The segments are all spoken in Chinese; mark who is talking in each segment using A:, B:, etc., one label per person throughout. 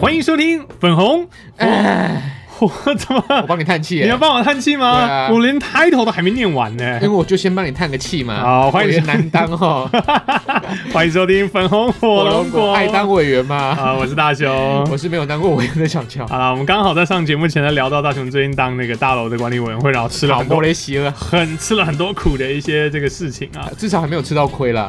A: 欢迎收听粉红。我我怎
B: 哎我
A: 么？
B: 帮你叹气
A: 你要
B: 耶，
A: 帮我叹气吗？
B: 对啊哎
A: 我连 title 都还没念完呢
B: 因为。我就先帮你叹个气嘛。
A: 好欢迎
B: 我也难当 哦，
A: 欢迎收听粉红火龙果。
B: 爱当委员嘛。
A: 啊，我是大雄。
B: 我是没有当过委员的 小乔，
A: 好了，我们刚好在上节目前呢，聊到大雄最近当那个大楼的管理委员会，然后吃了
B: 好
A: 很多
B: 莫雷西了，
A: 很吃了很多苦的一些这个事情啊，
B: 至少还没有吃到亏啦。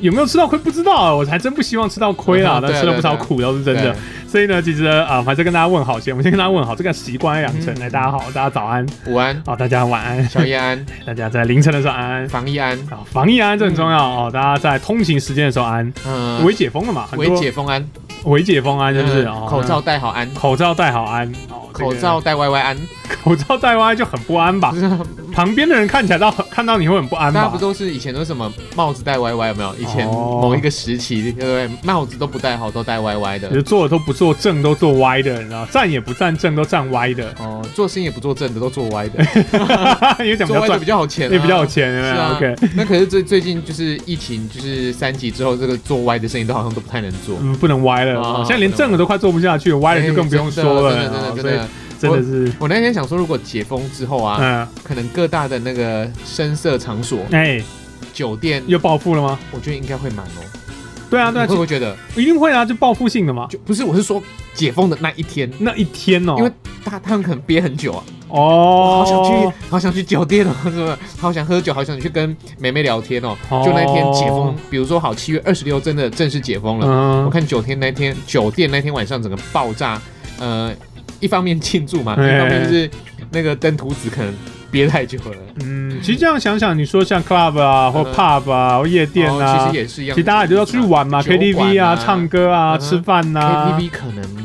A: 有没有吃到亏不知道啊，我还真不希望吃到亏啊，
B: 嗯
A: 但
B: 对啊
A: 吃了
B: 对啊
A: 不少
B: 对啊
A: 苦倒是真的
B: 对。
A: 所以呢，其实啊，我还是跟大家问好先，我们先跟大家问好，这个习惯要养成。哎
B: 嗯
A: 来，大家好，大家早安，
B: 午安，
A: 好，大家晚安，哎
B: 小叶安，
A: 大家在凌晨的时候安安。
B: 防疫 安，
A: 啊，防疫安这很重要哦，大家在通勤时间的时候安。
B: 嗯
A: 微，解封了嘛，很
B: 微
A: 多
B: 解封安，
A: 微解封安是不是？
B: 嗯
A: 哦，
B: 口罩戴好 安，
A: 口罩戴好安，哦，这个
B: 口罩戴歪歪安，
A: 口罩戴歪就很不 安吧
B: 不？是
A: 旁边的人看起来到看到你会很不安
B: 大家
A: 吧
B: 嗯不？都是以前都是什么帽子戴歪歪有没有？以前
A: 哦
B: 某一个时期，对不对？帽子都不戴好，都戴歪歪
A: 就是
B: 的。
A: 坐都不坐正，都坐歪的，你知道，站也不站正，都站歪的，
B: 哦，做生意也不做正的，都做歪的，
A: 因 为讲比
B: 做
A: 较
B: 歪的
A: 赚
B: 比，较好钱、啊，
A: 也比较有钱，对
B: 是
A: 不对
B: 啊
A: ？OK，
B: 那可是最最近就是疫情，就是三级之后，这个做歪的生意都好像都不太能做。
A: 嗯，不能歪了，
B: 哦
A: 现在连正的都快坐不下去，歪了就更不用说
B: 哎真
A: 了，
B: 的
A: 哦所
B: 真的真
A: 以
B: 的
A: 真的是，
B: 我那天想说，如果解封之后啊，
A: 嗯，
B: 可能各大的那个声色场所、
A: 哎，
B: 酒店，
A: 又暴富了吗？
B: 我觉得应该会满哦。
A: 对啊，对啊
B: 你会，不会觉得？
A: 一定会啊，就报复性的嘛。
B: 就不是，我是说解封的那一天，
A: 那一天哦，
B: 因为他他们可能憋很久啊，
A: 哦，
B: 好想去，好想去酒店哦，是 不是？好想喝酒，好想去跟妹妹聊天哦。就那天解封，比如说好，七月二十六真的正式解封了，我
A: 嗯，
B: 看酒店那天，酒店那天晚上整个爆炸，呃，一方面庆祝嘛，
A: 哎
B: 一方面就是那个登徒子可能憋太久 了，
A: 嗯，其实这样想想，你说像 club 啊，或
B: 嗯
A: pub 啊，或夜店
B: 然后
A: 啊
B: 哦其实，也是一样，
A: 其实大家也都要出去玩嘛
B: 酒馆
A: ，KTV 啊，
B: 啊
A: 唱歌啊，
B: 嗯哼
A: 吃饭呐，
B: KTV 可能。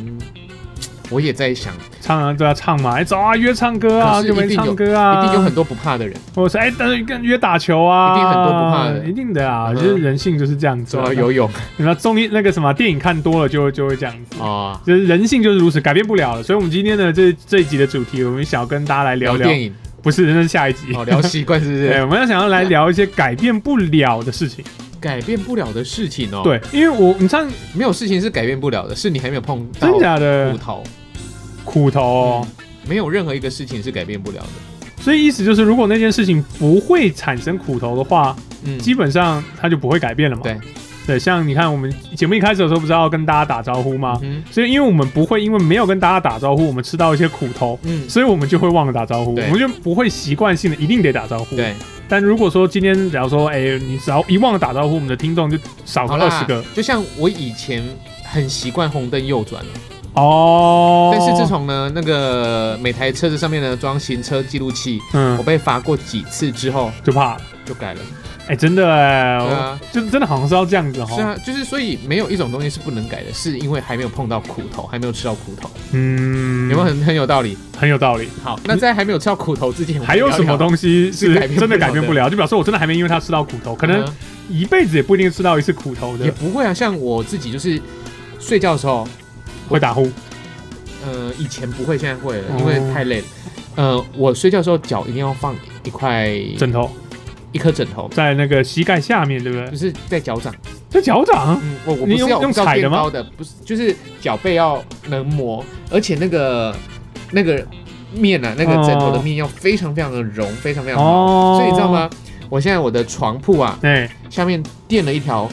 B: 我也在想，
A: 唱啊都要唱嘛，哎，走啊，约唱歌啊，
B: 可是
A: 就
B: 一定
A: 没
B: 有
A: 唱歌啊，
B: 一定有很多不怕的人，
A: 我说哎，等跟约打球啊，
B: 一定很多不怕的
A: 一定的啊，
B: 嗯
A: 就是人性就是这样子
B: 走
A: 啊。
B: 到游泳
A: 什么综艺那个什么电影看多了就会就会这样子。
B: 啊，
A: 就是人性就是如此，改变不了了。所以，我们今天的这这一集的主题，我们想要跟大家来 聊
B: 聊
A: 聊，
B: 电 影，
A: 不是，那是下一集。
B: 哦，聊习惯是不
A: 对，
B: 是？
A: 哎我们要想要来聊一些改变不了的事情。
B: 改变不了的事情哦，，
A: 对，因为我你像
B: 没有事情是改变不了的，是你还没有碰到
A: 真假
B: 骨
A: 的
B: 头，
A: 苦头、哦，
B: 没有任何一个事情是改变不了的，
A: 所以意思就是，如果那件事情不会产生苦头的话，
B: 嗯，
A: 基本上它就不会改变了嘛。
B: 对，
A: 对，像你看我们节目一开始的时候，不是要跟大家打招呼吗？
B: 嗯
A: 所以因为我们不会因为没有跟大家打招呼，我们吃到一些苦头。
B: 嗯，
A: 所以我们就会忘了打招呼，我
B: 对
A: 们就不会习惯性的一定得打招呼。，
B: 对，
A: 但如果说今天，假如说，哎、你只要一忘了打招呼，我们的听众就少个
B: 好
A: 二
B: 啦
A: 十个，
B: 就像我以前很习惯红灯右转，
A: 哦。
B: 但是自从呢那个每台车子上面呢装行车记录器，我
A: 嗯，
B: 被罚过几次之后
A: 就怕了，
B: 就改了。
A: 哎、真的哎、
B: 对
A: 我
B: 啊，
A: 就真的好像是要这样子哦
B: 是
A: 哈。
B: 啊，就是所以没有一种东西是不能改的，是因为还没有碰到苦头，还没有吃到苦头，
A: 嗯，
B: 有没有很很有道理？
A: 很有道理？
B: 好，那在还没有吃到苦头之前，我们
A: 还有
B: 聊
A: 什么
B: 聊？
A: 东西是
B: 是改变不
A: 真的
B: 了
A: 改变
B: 的
A: 不了？就表示我真的还没因为他吃到苦头，可能
B: 嗯
A: 一辈子也不一定吃到一次苦头
B: 也
A: 的，
B: 不会啊，像我自己就是睡觉的时候，
A: 会打呼。
B: 呃，以前不会，现在会
A: 哦
B: 了，因为太累了。呃，我睡觉的时候脚一定要放一块
A: 枕头
B: 一颗枕头，
A: 在那个膝盖下面，对不
B: 就
A: 对？
B: 是在脚掌。
A: 这脚掌
B: 嗯，我我
A: 你
B: 不是
A: 用
B: 要我
A: 用
B: 不是要
A: 踩的
B: 垫
A: 吗
B: 高的，不是就是脚背要能磨，而且那个那个面啊，那个枕头的面要非常非常的柔，非常非常好。
A: 哦，
B: 所以你知道？吗？我现在我的床铺啊
A: 哎、
B: 下面垫了一条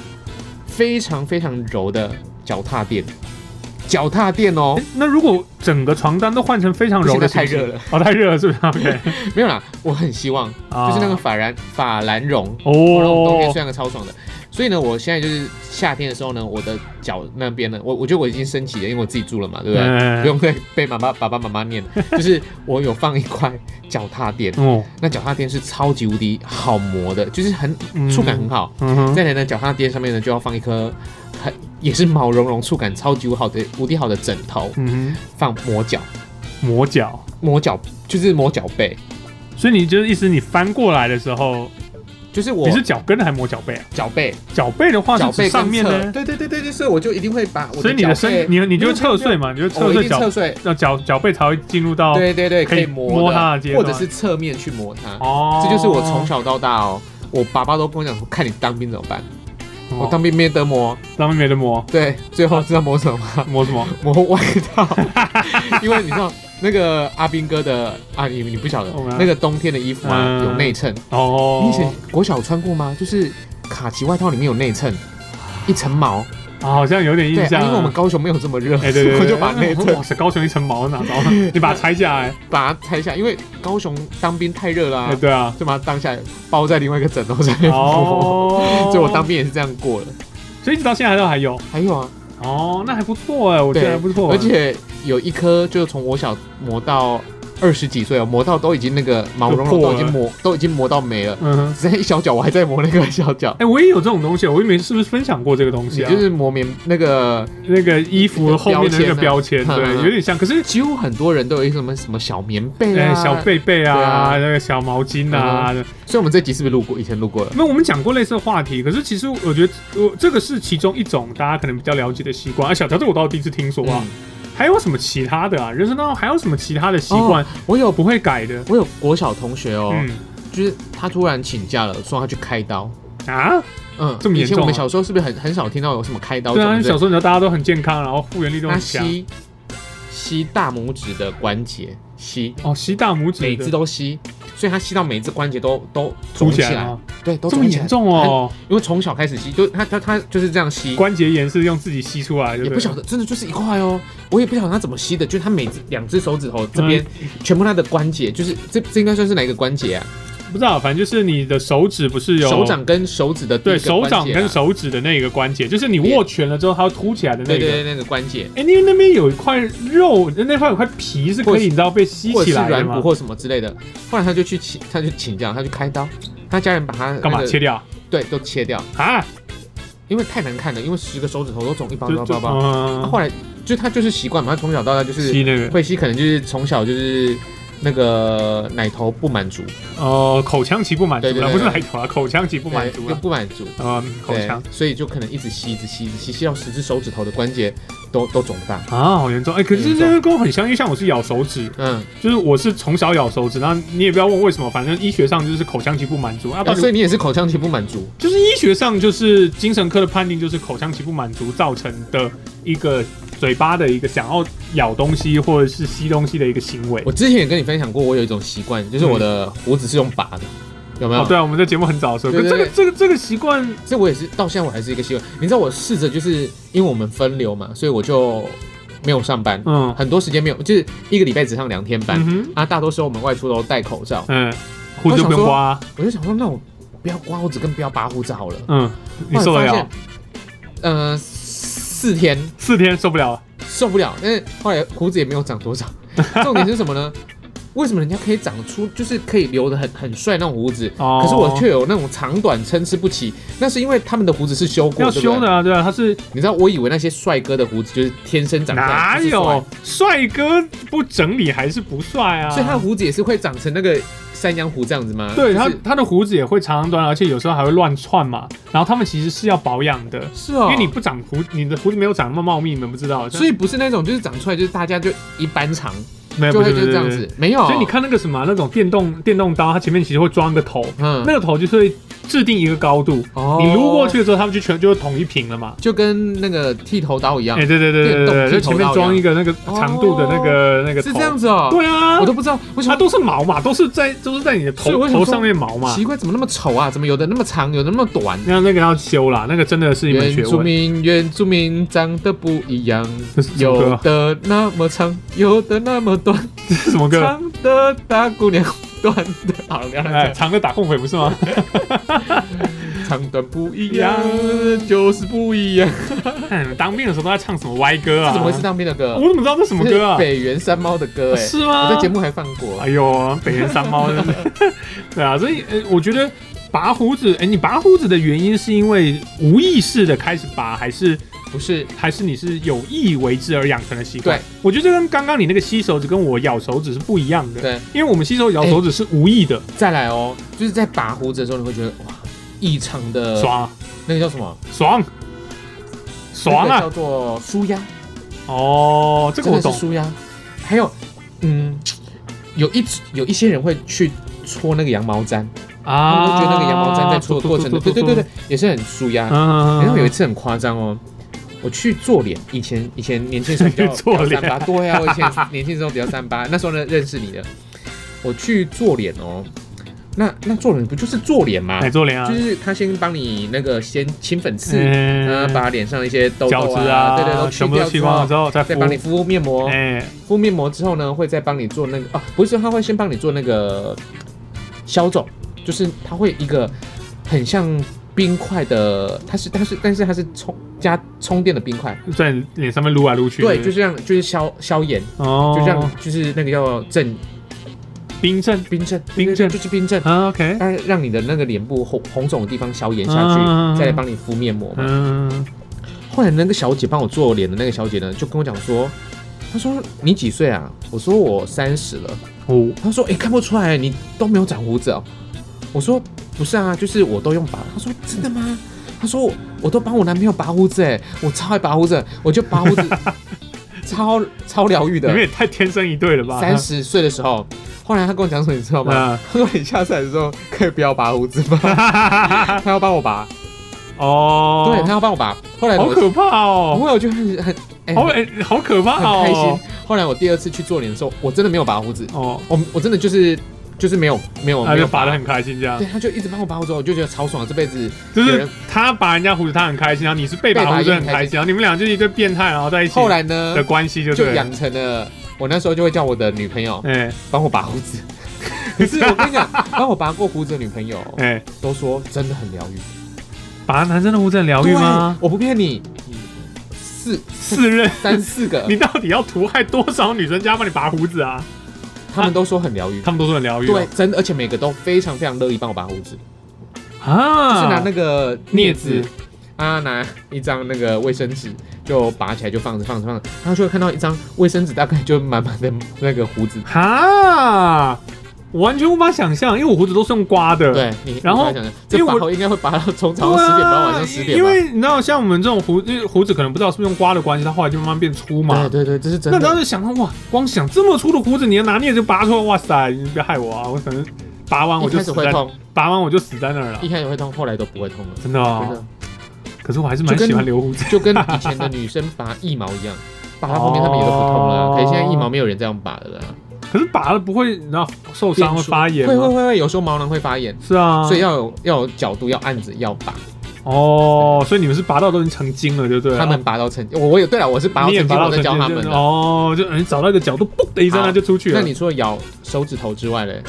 B: 非常非常柔的脚踏垫，脚踏垫哦
A: 诶，那如果整个床单都换成非常柔的，
B: 不行那太热了，
A: 哦，太热了，是不是？OK，
B: 没有啦，我很希望
A: 啊
B: 就是那个法兰法兰绒，我让我冬天
A: 哦
B: 睡，那个超爽的。所以呢，我现在就是夏天的时候呢，我的脚那边呢，我我觉得我已经升级了，因为我自己住了嘛，对不对？
A: 嗯
B: 不用被被妈妈爸爸妈妈 念，就是我有放一块脚踏垫，
A: 哦，
B: 那脚踏垫是超级无敌好磨的，就是很
A: 嗯
B: 触感很好。
A: 嗯哼，
B: 再来呢，脚踏垫上面呢就要放一颗很也是毛茸茸、触感超级好的无敌好的枕头，
A: 嗯
B: 放磨脚，
A: 哼，磨脚。
B: 磨脚就是磨脚背，
A: 所以你就是意思，你翻过来的时候，
B: 就是我
A: 你是脚跟还是磨脚背啊？
B: 脚背
A: 脚背的话
B: 脚
A: 是
B: 背
A: 指
B: 跟
A: 上面
B: 侧
A: 呢，
B: 对对对对对，所以我就一定会把我的
A: 所以你的
B: 脚背
A: 身你你就会
B: 没有没
A: 侧
B: 有
A: 睡嘛，你就
B: 我
A: 侧
B: 一
A: 睡
B: 定
A: 脚
B: 侧，睡，
A: 那脚脚背才会进入到
B: 对对对，
A: 可
B: 可
A: 以
B: 以磨
A: 摸它的阶
B: 或
A: 段
B: 者是侧面去磨它。
A: 哦，
B: 这就是我从小到大哦，我爸爸都跟我讲说，看你当兵怎么办，
A: 么？
B: 我当兵没得磨，
A: 当面没得磨
B: 对，最后知道磨什么吗？
A: 磨什么？
B: 磨外 套，因为你知道那个阿兵哥的啊，你你不晓得
A: 我们啊
B: 那个冬天的衣服啊
A: 嗯
B: 有内衬，
A: 哦，
B: 你以前国小有穿过吗？就是卡其外套里面有内衬，一层毛，
A: 啊，好像有点印
B: 对，
A: 象。
B: 啊因为我们高雄没有这么热，
A: 哎，对对对，
B: 我就把内衬
A: 哇塞，高雄一层毛哪着？你把它拆下来，
B: 把它拆下，因为高雄当兵太热啦
A: 哎，，对 啊，
B: 就把它当下来包在另外一个枕头上面摸。
A: 哦，
B: 所以我当兵也是这样过的。
A: 所以一直到现在都还有
B: 还有啊，
A: 哦，那还不错哎，我觉
B: 对
A: 得还不错，
B: 而且有一颗就是从我小磨到二十几岁哦，磨到都已经那个毛茸茸
A: 都破
B: 都
A: 了
B: 已经磨都已经磨到没了，
A: 嗯哼，
B: 只剩一小角，我还在磨那个小角。
A: 哎，我也有这种东西，我也没是不是分享过这个东
B: 你
A: 西啊？
B: 就是磨棉那个，
A: 那个衣服后面的那个标签，
B: 标签啊
A: 对，
B: 嗯
A: 有点像，可是。
B: 几乎很多人都有一什么什么小棉被
A: 哎，
B: 啊，
A: 小。贝贝
B: 对
A: 啊，
B: 啊嗯
A: 那个小毛巾啊，
B: 所以我们这集是不是录过？以前录过了。
A: 那我们讲过类似的话题，可是其实我觉得，我这个是其中一种大家可能比较了解的习惯。啊，小乔这我倒是第一次听
B: 嗯
A: 说啊，还有什么其他的啊？人生当中还有什么其他的习惯哦
B: 嗯我有
A: 不会改的？
B: 我有国小同学哦，
A: 嗯
B: 就是他突然请假了，说他去开刀。
A: 啊，
B: 嗯，
A: 这么严
B: 以前
A: 重啊
B: 我们小时候是不是很很少听到有什么开刀？
A: 对啊，
B: 怎么之类
A: 小时候你知道大家都很健康，然后复原力都
B: 他
A: 很强，
B: 吸吸大拇指的关节，吸
A: 哦，吸大拇指的，
B: 每一只都吸，所以他吸到每一只关节都都
A: 凸
B: 肿
A: 起
B: 起
A: 来
B: 来
A: 吗，
B: 对，都
A: 这么
B: 肿起来
A: 严重哦，
B: 他因为从小开始吸，就他他他就是这样吸，
A: 关节炎是用自己吸出来的，
B: 也不晓
A: 得
B: 得真的就是一块哦，我也不晓得他怎么吸的，就是他每只两只手指头这边、
A: 嗯
B: 全部他的关节，就是这这应该算是哪一个关节啊？
A: 不知道，反正就是你的手指不是有
B: 手。掌跟手指的第一
A: 对
B: 个
A: 手
B: 关
A: 掌
B: 节啊
A: 跟手指的那个关节，就是你握拳了之后，它会凸起来的那
B: 对
A: 个。
B: 对对那个关节，
A: 哎、因为那边有一块肉，那块有块皮是可
B: 或
A: 以
B: 是
A: 你知道被吸
B: 或者
A: 起
B: 是
A: 来的
B: 软
A: 吗
B: 骨？或什么之类的，后来他就去请他就请假，他去开刀，他家人把他
A: 干嘛
B: 那个
A: 切掉
B: 对都切掉。
A: 啊？
B: 因为太难看了，因为十个手指头都肿一包
A: 就
B: 包包
A: 就
B: 包。他
A: 嗯，
B: 啊后来就他就是习惯嘛，他从小到大就是
A: 吸那个
B: 会吸，可能就是从小就是那个奶头不满足，
A: 哦，口腔期不满足
B: 对
A: 了，不
B: 对对
A: 是奶头啊，口腔期不满足
B: 对
A: 了，
B: 不满足，
A: 嗯，口
B: 对
A: 腔，
B: 所以就可能一直吸，一直吸，一直吸，吸到十只手指头的关节都都肿大。
A: 啊，好严重！哎、可是
B: 严重
A: 这个跟我很像，因为像我是咬手指，
B: 嗯，
A: 就是我是从小咬手指，然后你也不要问为什么，反正医学上就是口腔期不满足啊，到
B: 啊、
A: 底、
B: 所以你也是口腔期不满足，
A: 就是医学上就是精神科的判定就是口腔期不满足造成的一个嘴巴的一个想要咬东西或者是吸东西的一个行为。
B: 我之前也跟你分享过，我有一种习惯，就是我的胡子是用拔的，有没
A: 嗯
B: 有？
A: 哦，对啊，我们在节目很早的时候，可
B: 对对
A: 这个
B: 对
A: 这个这个习惯，
B: 这我也是到现在我还是一个习惯。你知道我试着就是因为我们分流嘛，所以我就没有上班，
A: 嗯
B: 很多时间没有，就是一个礼拜只上两天班。
A: 嗯哼，
B: 啊，大多时候我们外出都戴口罩，
A: 嗯，胡子就不用刮啊，
B: 我就想说，那我不要刮胡子，更不要拔胡子好了。
A: 嗯，你受得
B: 后来
A: 了
B: 发？现？呃，四天
A: 四天受不了了，
B: 受不了，但是后来胡子也没有长多少。重点是什么呢？为什么人家可以长出，就是可以留的很很帅那种胡子，
A: 哦
B: 可是我却有那种长短参差不齐？那是因为他们的胡子是修过，
A: 要
B: 对不对
A: 修的啊，对啊，他是
B: 你知道，我以为那些帅哥的胡子就是天生长出来，
A: 哪
B: 就是
A: 有帅哥不整理还是不帅啊？
B: 帅？所以他的胡子也是会长成那个山羊胡这样子吗？
A: 对
B: 就
A: 他
B: 是
A: 他的胡子也会长长短，短，而且有时候还会乱窜嘛。然后他们其实是要保养的，
B: 是哦，
A: 因为你不长胡，你的胡子没有长那么茂密，你们不知道，
B: 所以不是那种就是长出来就是大家就一般长，
A: 没有
B: 就
A: 哎不
B: 会
A: 是
B: 就是这样。
A: 不是
B: 子哦
A: 不是，
B: 没有。
A: 所以你，看那个什么那种电动电动刀，它前面其实会装一个头，
B: 嗯
A: 那个头就是会制定一个高度，
B: 哦
A: 你撸过去的时候，他们就全就会统一平了嘛。
B: 就跟那个剃头刀一样
A: 哎，，对对对对
B: 电动
A: 对，
B: 剃
A: 就
B: 头
A: 前面装一个那个
B: 刀一样
A: 长度的那个那个头
B: 是这样子哦。
A: 对啊
B: 我，都不知道为什
A: 它
B: 么
A: 都是毛嘛，都是在都是在你的
B: 所以
A: 头
B: 我想说
A: 头上面毛嘛
B: 奇。怪，怎么那么丑啊？怎么有的那么长，有的那么短？
A: 那那个要修啦，那个真的是一门
B: 原
A: 学
B: 住
A: 问。
B: 民，原住民长得不一样
A: 这是，什么歌
B: 有
A: 啊
B: 的那么长，有的那么短，
A: 这是 什么歌？啊
B: 长的大姑娘，短的好了，不要
A: 哎，
B: 乱
A: 长的打空回不是吗？
B: 讲，长短不一样，就是不一样。
A: 哎当兵的时候都在唱什么歪歌
B: 这
A: 啊？
B: 怎么会是当兵的歌？
A: 我怎么知道这什么歌
B: 这是
A: 啊？
B: 北原山猫的歌，哎，
A: 是吗？
B: 我在节目还放过
A: 哎。呦，北原三猫真 的，对啊，所以呃，我觉得拔胡子，哎、你拔胡子的原因是因为无意识的开始拔，还是
B: 不是，
A: 还是你是有意为之而养成的习惯？
B: 对，
A: 我觉得这跟刚刚你那个吸手指跟我咬手指是不一样的。
B: 对，
A: 因为我们吸手咬手指是无意的，
B: 再来哦，就是在拔胡子的时候，你会觉得哇，异常的，
A: 爽
B: 那个叫什么？
A: 爽爽
B: 那个
A: 啊！
B: 叫做舒压，
A: 哦，这个
B: 真
A: 我
B: 的是
A: 懂。
B: 舒压。还有，嗯，有一有一些人会去搓那个羊毛毡，他们
A: 啊，
B: 会觉得那个羊毛毡在搓的过程中，对对对对，，哎也是很舒压。
A: 嗯，
B: 然后有一次很夸张哦，我去做脸，以前以前年轻时候比较
A: 去做脸
B: 比较三八，对啊，我以前年轻时候比较三八，那 时候呢认识你的，我去做脸哦，那那做脸不就是做脸吗
A: 奶？做脸啊
B: 就，是他先帮你那个先清粉刺，
A: 嗯
B: 嗯，把脸上一些痘
A: 角
B: 痘
A: 质啊
B: 对对，都去
A: 全部都
B: 掉
A: 剃
B: 之
A: 光了
B: 后
A: 之，后再敷
B: 再，帮你敷面膜，
A: 哎，
B: 敷面膜之后呢，会再帮你做那个哦，不是说他会先帮你做那个消肿，就是他会一个很像冰块的，它是它是，但是它是充加充电的冰块，
A: 在你脸上面撸来撸去，
B: 对，就是让就是消消炎，
A: 哦，
B: 就让就是那个叫镇
A: 冰镇
B: 冰镇，
A: 冰镇
B: 就是冰镇。
A: 啊，OK，
B: 它让你的那个脸部红红肿的地方消炎下
A: 嗯
B: 去，再来帮你敷面膜嘛。
A: 嗯，
B: 后来那个小姐帮我做脸的那个小姐呢，就跟我讲说，她说你几岁啊？我说我三十了。
A: 哦，
B: 他说：“哎、看不出来，你都没有长胡子哦。”我说：“不是啊，就是我都用拔。”他说：“真的吗？”他说：“我都帮我男朋友拔胡子，哎，我超爱拔胡子，我就拔胡 子超，超疗愈
A: 你们
B: 的。
A: 也太天生一对了”吧？
B: 三十岁的时候，后来他跟我讲什么，你知道吗？
A: 啊，
B: 他说：“你下次来的时候可以不要拔胡子 吗？”他要帮我拔，
A: 哦，
B: 对他要帮我拔。后来
A: 好
B: 我，
A: 可怕哦，
B: 后来我就很很哎、
A: 好哎，好可怕
B: 很
A: 哦，
B: 开心。后来我第二次去做脸的时候，我真的没有拔胡子，
A: 哦，
B: 我我真的就是就是没有没有
A: 他
B: 没
A: 啊就
B: 有
A: 拔的很开心这样
B: 对，，他就一直帮我拔胡子，我就觉得超爽，这辈子
A: 就
B: 有
A: 是
B: 人
A: 他拔人家胡子，他很开心，然后你是被拔胡子很开心，然后你们俩就是一对变态，然后在一起
B: 后来呢
A: 的关系就
B: 就
A: 对了，
B: 养成了。我那时候就会叫我的女朋友
A: 哎
B: 帮我拔胡子，可是我跟你讲，帮我拔过胡子的女朋友
A: 哎，
B: 都说真的很疗愈，
A: 拔男生的胡子很疗愈吗
B: 对？我不骗你，四
A: 四任。
B: 三四 个
A: 你，到底要毒害多少女生家帮你拔胡子啊？
B: 他们都说很疗愈，
A: 他们都说很疗愈哦，
B: 对，真的，而且每个都非常非常乐意帮我拔胡子，
A: 啊，
B: 是拿那个
A: 镊
B: 镊
A: 子
B: 子啊，拿一张那个卫生纸就拔起来就放着放着放着，然后就会看到一张卫生纸大概就满满的那个胡子，
A: 哈，我完全无法想象，因为我胡子都是用刮的。
B: 对你，
A: 然后
B: 你把它想想这
A: 因为
B: 拔
A: 我
B: 头应该会拔到从
A: 对
B: 早
A: 啊，
B: 上十点拔到晚上十点
A: 因
B: 吧？
A: 为你知道，像我们这种胡就是胡子，可能不知道是不是用刮的关系，它后来就慢慢变粗嘛。
B: 对对对，这是真
A: 那当
B: 的。
A: 时想到哇，光想这么粗的胡子，你要拿镊子拔出来，哇塞，你不要害我啊！我可能拔完我
B: 一
A: 就
B: 开始
A: 死
B: 会
A: 在，
B: 痛，
A: 拔完我就死在那儿了
B: 一。开始会痛，后来都不会痛了。
A: 真的
B: 真
A: 哦，
B: 的，
A: 可是我还是蛮
B: 就跟
A: 喜欢留胡子。
B: 就跟以前的女生拔腋毛一样，拔到后面他们也都不痛了啊。
A: 哦
B: 可是现在腋毛没有人这样拔的了啊，
A: 可是拔了不会，你知道受伤会发炎
B: 会会
A: 吗？
B: 会会，有时候毛囊会发炎，
A: 是啊，
B: 所以要有要有角度，要按着，要拔。
A: 哦，所以你们是拔到都已经成精了，对不对了？啊
B: 他们拔到成，我我有对了，我是拔到
A: 你也
B: 成
A: 拔
B: 精，
A: 到
B: 我在
A: 成
B: 教
A: 精
B: 他们
A: 就
B: 的。
A: 哦，就你找到一个角度，嘣的一声，
B: 好
A: 它就出去了。
B: 那你除了咬手指头之外嘞？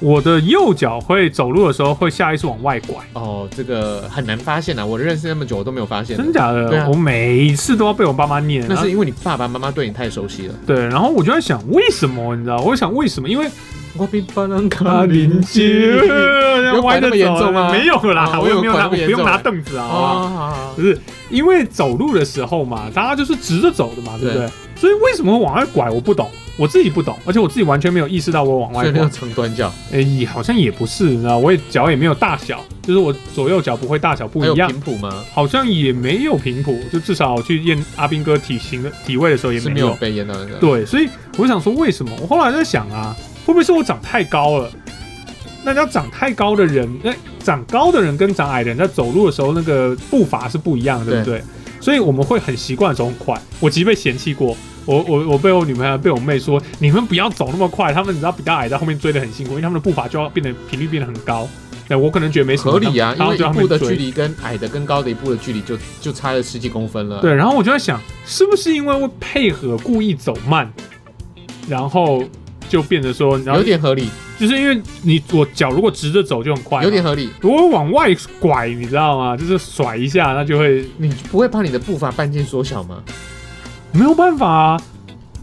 A: 我的右脚会走路的时候会下意识往外拐，
B: 哦，这个很难发现啊！我认识那么久，我都没有发现。
A: 真假
B: 对
A: 的？
B: 啊
A: 我每一次都要被我爸妈念。
B: 那
A: 然后
B: 是因为你爸爸妈妈对你太熟悉了。
A: 对，然后我就在想为什么，你知道？我想为什么？因为
B: 我比巴朗
A: 啊，
B: 卡
A: 邻居
B: 有拐
A: 歪
B: 那
A: 着
B: 么严重吗
A: 走没有啦，
B: 哦
A: 我
B: 我
A: 也没
B: 以为
A: 有拿，
B: 拐那
A: 我
B: 么
A: 不
B: 严
A: 用
B: 重
A: 拿
B: 欸
A: 凳子啊。好不好
B: 啊
A: 不，是因为走路的时候嘛，大家就是直着走的嘛，对不对？
B: 对
A: 所以为什么会往外拐，我不懂，我自己不懂，而且我自己完全没有意识到我往
B: 所
A: 外
B: 以那
A: 拐
B: 个。长短脚
A: 诶、好像也不是，你知道，我也脚也没有大小，就是我左右脚不会大小不
B: 还
A: 一
B: 有
A: 样，
B: 频谱吗？
A: 好像也没有平谱，就至少我去验阿斌哥体型的体位的时候也
B: 是
A: 没
B: 没
A: 有。
B: 有被淹到的。，
A: 对，所以我想说为什么？我后来在想啊，会不会是我长太高了？那要长太高的人，那长高的人跟长矮的人在走路的时候，那个步伐是不一样的，对不对？所以我们会很习惯走很快。我其实被嫌弃过，我我我被我女朋友被我妹说，你们不要走那么快，他们你知道比较矮在后面追得很辛苦，因为他们的步伐就要变得频率变得很高。对，我可能觉得没什么
B: 合理啊，
A: 然
B: 因
A: 后
B: 为
A: 就
B: 一
A: 他
B: 步
A: 们
B: 的
A: 追
B: 距离跟矮的跟高的一步的距离就就差了十几公分了。，
A: 对，然后我就在想，是不是因为会配合故意走慢，然后就变得说，然后
B: 有点合理，
A: 就是因为你我脚如果直着走就很快嘛，
B: 有点合理。
A: 如果往外拐，你知道吗？就是甩一下，那就会
B: 你不会把你的步伐半径缩小吗？
A: 没有办法啊，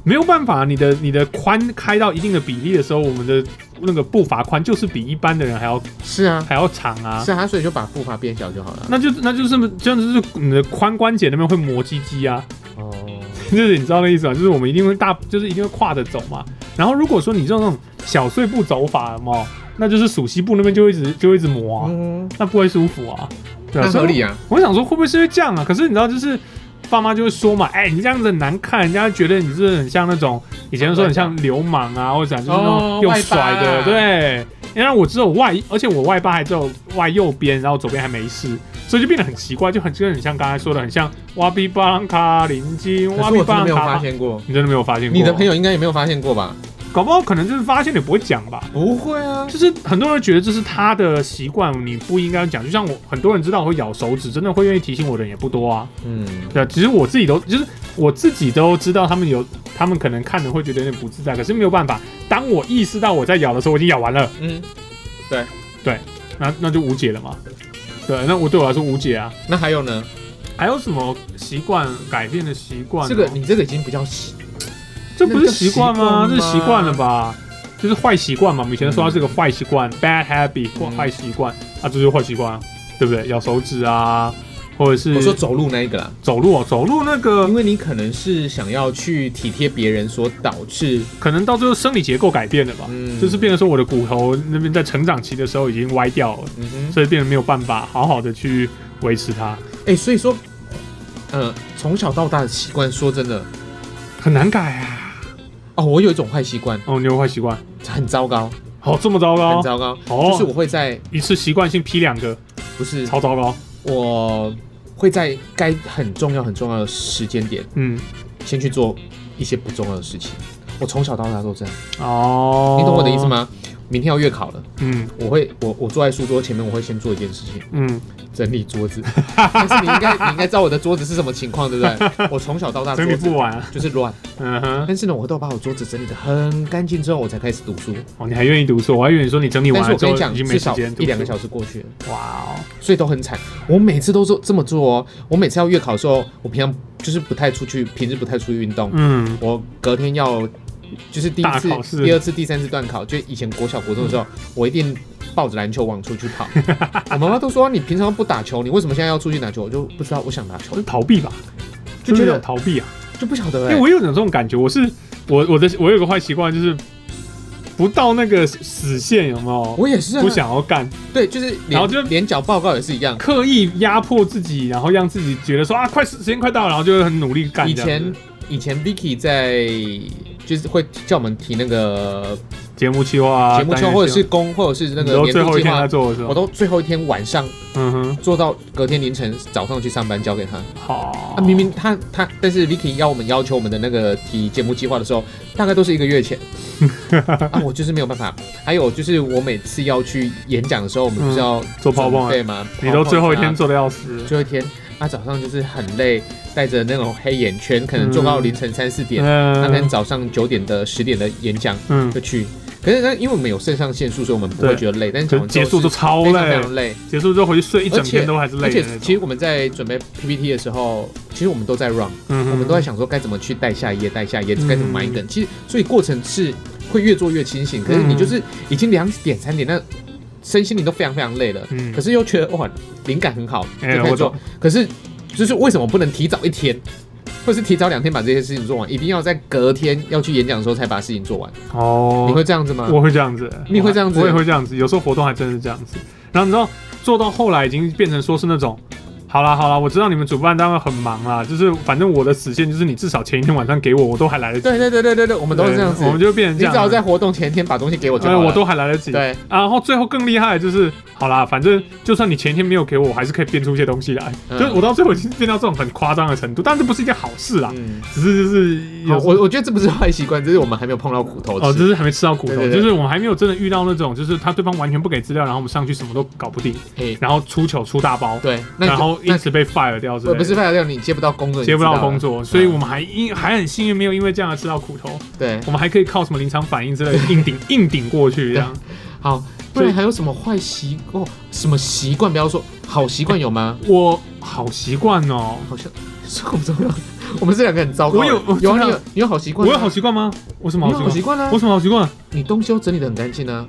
A: 没有办法，你的你的宽开到一定的比例的时候，我们的那个步伐宽就是比一般的人还要
B: 是啊，
A: 还要长啊
B: 是。啊，所以就把步伐变小就好了。
A: 那就那就是这样子，就是你的髋关节那边会磨唧唧啊，
B: 哦，
A: 就是你知道那意思吗？就是我们一定会大，就是一定会跨着走嘛。然后如果说你这种小碎步走法有没有那就是属膝部那边就会一直就会一直磨、啊，
B: 嗯，
A: 那不会舒服啊。对啊，
B: 那
A: 所以
B: 合理啊。
A: 我想说会不会是因为这样啊？可是你知道，就是爸妈就会说嘛，哎、你这样子很难看，人家觉得你是很像那种以前说很像流氓啊，或者讲就是那种
B: 哦
A: 用甩的，
B: 外八
A: 对。因为我只有外，而且我外八还只有外右边，然后左边还没事，所以就变得很奇怪，就很就很像刚才说的，很像挖比巴朗卡林金，
B: 可
A: 挖
B: 是
A: 比
B: 我真
A: 巴朗
B: 的没有发
A: 卡。
B: 现过，
A: 你真的没有发现过？
B: 你的朋，友应该也没有发现过吧？
A: 搞不好可能就是发现你不会讲吧。
B: 不会啊，
A: 就是很多人觉得这是他的习惯，你不应该讲。就像我，很多人知道我会咬手指，真的会愿意提醒我的人也不多啊。
B: 嗯，
A: 对啊，其实我自己都就是我自己都知道，他们有他们可能看了会觉得有点不自在，可是没有办法。当我意识到我在咬的时候，我已经咬完了，
B: 嗯，
A: 那那就无解了嘛。对，那我对我来说无解啊。
B: 那还有呢？
A: 还有什么习惯改变的习惯哦？
B: 这个你这个已经比较习，
A: 这不是习惯吗？这
B: 那个
A: 是
B: 习
A: 习
B: 惯吗
A: 惯了吧？就是坏习惯嘛。我们以前说它是个坏习惯、b a d habit 或
B: 嗯
A: 坏习惯、啊，这就是坏习惯啊，对不对？咬手指啊，或者
B: 我说
A: 是
B: 走路那一个啦，
A: 走路、哦，走路那个
B: 因为你可能是想要去体贴别人，所导致
A: 可能到最后生理结构改变了吧，
B: 嗯
A: 啊就是变成说我的骨头那边在成长期的时候已经歪掉了，
B: 嗯哼，
A: 所以变得没有办法好好的去维持它，
B: 哎、所以说，呃，从小到大的习惯，说真的，
A: 很难改啊。
B: 哦，我有一种坏习惯，
A: 哦，你有坏习惯，
B: 很糟糕，
A: 哦，这么糟糕
B: 很，糟糕，
A: 哦，
B: 就是我嗯会在
A: 一次习惯性劈两个，
B: 不是
A: 超糟糕。哦
B: 我会在该很重要很重要的时间点，
A: 嗯，
B: 先去做一些不重要的事情。我从小到大都这样，
A: 哦，
B: 你懂我的意思？吗？明天要月考了，
A: 嗯
B: 我会我我坐在书桌前面，我会先做一件事情，
A: 嗯。
B: 整理桌子。但是你应该你应该知道我的桌子是什么情况，对不 对？我从小到大
A: 整
B: 桌
A: 理
B: 子
A: 不完，
B: 就是乱，
A: 嗯哼，
B: 但是呢，我都把我桌子整理的很干净之后，我才开始读书。
A: 哦，你还愿意读书？我还以为你说你整理
B: 但
A: 完
B: 是
A: 了
B: 我
A: 之
B: 跟
A: 后
B: 你讲，
A: 已经没
B: 至
A: 时
B: 少
A: 间
B: 一两个小
A: 时。
B: 时过去了，
A: 哇哦，
B: 所以都很惨。我每次都做这么做哦。我每次要月考的时候，我平常就是不太出去，平日不太出去运动。
A: 嗯，
B: 我隔天要就是第一
A: 大考
B: 次、
A: 试嗯
B: 第二次、第三次段考，就以前国小、国中的时候，我一定抱着篮球往出去 跑。我妈妈都说你平常不打球，你为什么现在要出去打球？我就不知道，我想打
A: 这
B: 球
A: 是，逃避吧？
B: 就觉
A: 是
B: 得
A: 想逃避啊，
B: 就不晓得
A: 因
B: 哎、
A: 为我有种这种感觉，我是我我的我有个坏习惯就是不到那个死线有没有？
B: 我也是、啊，
A: 不想要干，
B: 对，就是连
A: 然后就
B: 连缴报告也是一样。
A: 刻意压迫自己，然后让自己觉得说啊，快时间快到了，然后就会很努力干。
B: 以
A: 这样子
B: 前以前 Vicky 在就是会叫我们提那个
A: 节目计划啊，
B: 节目
A: 单
B: 秀，
A: 元
B: 或者
A: 计
B: 是公，或者是
A: 划
B: 那
A: 你
B: 个
A: 都
B: 年
A: 最
B: 度
A: 后一
B: 计
A: 天在
B: 划，
A: 做的时
B: 我
A: 候，
B: 都最后一天晚上
A: 嗯哼，
B: 做到隔天凌晨早上去上班交给
A: 哦
B: 他。
A: 好，
B: 啊，明明他他，但是 Vicky 要我们要求我们的那个提节目计划的时候，大概都是一个 月前。啊，我就是没有办法。还有就是我每次要去演讲的时候，我们不是要
A: 做 PowerPoint 啊
B: 对吗？
A: 你都最后一天
B: PowerPoint
A: 做的要死
B: 啊，，最后一天啊，早上就是很累，带着那种黑眼圈，可能做到凌晨三四点，啊那天
A: 嗯
B: 早上九点的十点的演讲。
A: 嗯，
B: 就去。可是呢，因为我们有肾上腺素，所以我们不会
A: 对
B: 觉得累，但是
A: 可是
B: 讲完之后
A: 结束
B: 是
A: 都超
B: 非常非
A: 累，
B: 常累，
A: 结束之后回去睡一整天都还是
B: 而
A: 累的那
B: 且其
A: 种。
B: 实我们在准备 PPT 的时候，其实我们都在 run，、
A: 嗯哼
B: 我们都在想说该怎么去带下一页，带下一页
A: 嗯
B: 该怎么埋梗。其实所以过程是会越做越清醒，可是
A: 嗯
B: 你就是已经两点三点，那身心灵都非常非常累了，
A: 嗯
B: 可是又觉得哇灵感很好，就
A: 哎
B: 开始
A: 我
B: 做。可是就是为什么不能提早一天？或是提早两天把这些事情做完，一定要在隔天要去演讲的时候才把事情做完。你
A: 哦，
B: 会这样子吗？
A: 我会这样子，
B: 你会这样子
A: 我也会这样子，有时候活动还真是这样子。然后你知道做到后来已经变成说是那种。好啦好啦，我知道你们主办单位很忙啦，就是反正我的死线就是你至少前一天晚上给我，我都还来得及。
B: 对对对对对对，我们都是这样子。
A: 我们就变成
B: 你
A: 这
B: 只
A: 样。
B: 要在活动前一天把东西给我就
A: 哎，
B: 好了。
A: 我都还来得及。
B: 对，
A: 啊然后最后更厉害的就是，好啦，反正就算你前一天没有给我，我还是可以变出一些东西来。
B: 嗯
A: 就是我到最后已经变到这种很夸张的程度，但这不是一件好事啦，
B: 嗯，
A: 只是就是有
B: 好我我觉得这不是坏习惯，这是我们还没有碰到苦头吃。
A: 哦，就是还没吃到苦头，
B: 对对对
A: 就是我们还没有真的遇到那种，就是他对方完全不给资料，然后我们上去什么都搞不定，
B: 哎，
A: 然后出糗出大包，
B: 对，那
A: 然后因
B: 那
A: 此被 fire 掉之
B: 我
A: 类
B: 不是
A: 的。
B: 发掉你接不到工作，
A: 接不
B: 你
A: 到
B: 知道嗯
A: 工作，所以我们还因还很幸运，没有因为这样而吃到苦头。
B: 对，
A: 我们还可以靠什么临场反应之类的硬顶硬顶过去，这样
B: 好，不然还有什么坏习惯？哦什么习惯？不要说好习惯有吗？
A: 我好习惯哦。
B: 好像是我不知道，我们这两个很糟糕。
A: 我有我
B: 有啊，
A: 知道
B: 你有你有好习
A: 我
B: 惯吗，
A: 有好习惯吗？我什么
B: 你有
A: 好
B: 好
A: 习
B: 习
A: 惯？
B: 惯啊
A: 我，什么好习惯？
B: 你东西都整理的很干净啊，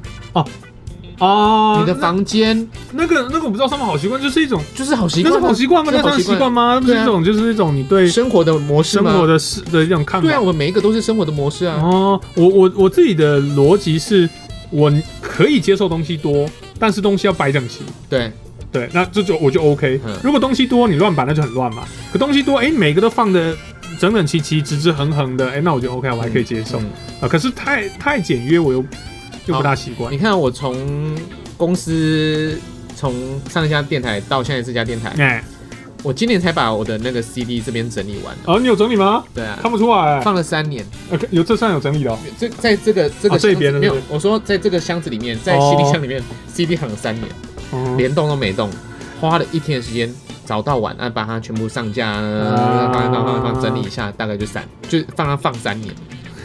A: 哦，
B: 你的房间
A: 那那个那个我不知道算不算好习惯，就是一种，
B: 就是好习
A: 那
B: 惯
A: 是
B: 啊，
A: 好习惯吗？
B: 这
A: 那
B: 是好
A: 算
B: 习
A: 习
B: 惯
A: 惯吗？那不是一种就是一种你对
B: 生活的模式
A: 生
B: 吗？
A: 活的事的一种看法
B: 对啊，。我每一个都是生活的模式啊。
A: 哦，我我我自己的逻辑是，我可以接受东西多，但是东西要摆整齐。
B: 对，
A: 对，那这就我就 OK
B: 嗯。
A: 如果东西多，你乱摆那就很乱嘛。可东西多，哎、每个都放的整整齐齐、直直横横的，哎、那我就 OK，我还可以接受啊、
B: 嗯哦
A: 可是太太简约，我又又不大习惯。
B: 你看我从公司从上一家电台到现在这家电台，
A: 哎、
B: 我今年才把我的那个 CD 这边整理完的。
A: 哦，你有整理吗？
B: 对啊，
A: 看不出来、
B: 放了三年，
A: 呃有这算有整理的、哦。
B: 这在这个这个
A: 哦这
B: 箱
A: 边的
B: 子没有
A: 对，
B: 我说在这个箱子里面，在
A: 哦
B: CD 箱里面，CD 放了三年，
A: 嗯，
B: 连动都没动，花了一天的时间。找到晚安，把它全部上架，
A: 啊
B: 放放放放整理一下，大概就三，就放它放三年，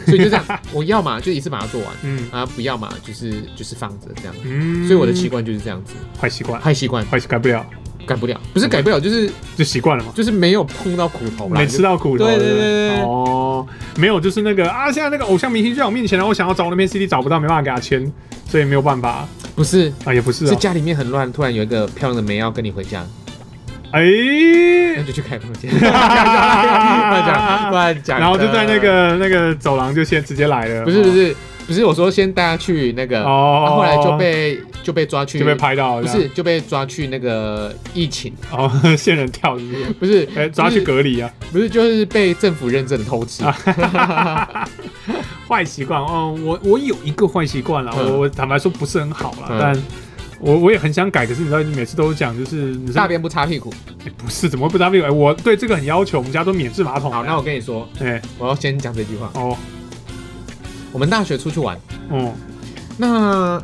B: 所以就 这样，我要嘛就一次把它做完，
A: 嗯
B: 啊不要嘛就是就是放着这样，
A: 嗯，
B: 所以我的习惯就是这样子，
A: 坏习惯，
B: 坏习惯
A: 坏习惯改不了，
B: 改不了，不是改不了，就是
A: 就习惯了嘛。
B: 就是没有碰到苦头啦，
A: 没吃到苦头，
B: 对对
A: 不
B: 对对对
A: 哦，没有，就是那个啊，现在那个偶像明星就在我面前了，我想要找我那边 CD 找不到，没办法给他签，所以没有办法
B: 就不是。
A: 啊，也不是
B: 是
A: 哦，
B: 家里面很乱，突然有一个漂亮的妹要跟你 回家，
A: 哎、
B: 那就去开房 间，乱讲乱讲，
A: 然后就在那个那个走廊就先直接来了，
B: 不是
A: 哦
B: 不是不是，我说先带她去那个，啊
A: 哦，
B: 后来就被就被抓去，
A: 就被拍到，
B: 不是就被抓去那个疫情，
A: 这样哦， 仙人跳是不是？
B: 不是
A: 哎、抓去隔啊离啊，
B: 不是就是被政府认证的偷吃，
A: 坏习惯哦，我我有一个坏习惯啦，
B: 嗯
A: 我我坦白说不是很好啦，
B: 嗯
A: 但我我也很想改，可是你知道，你每次都讲就是你是
B: 大便不擦屁股。
A: 哎不是怎么会不搭配？哎我对这个很要求，我们家都免治马桶。
B: 好，那我跟你说，
A: 哎、
B: 我要先讲这句话。
A: 哦
B: 我们大学出去玩，
A: 哦
B: 那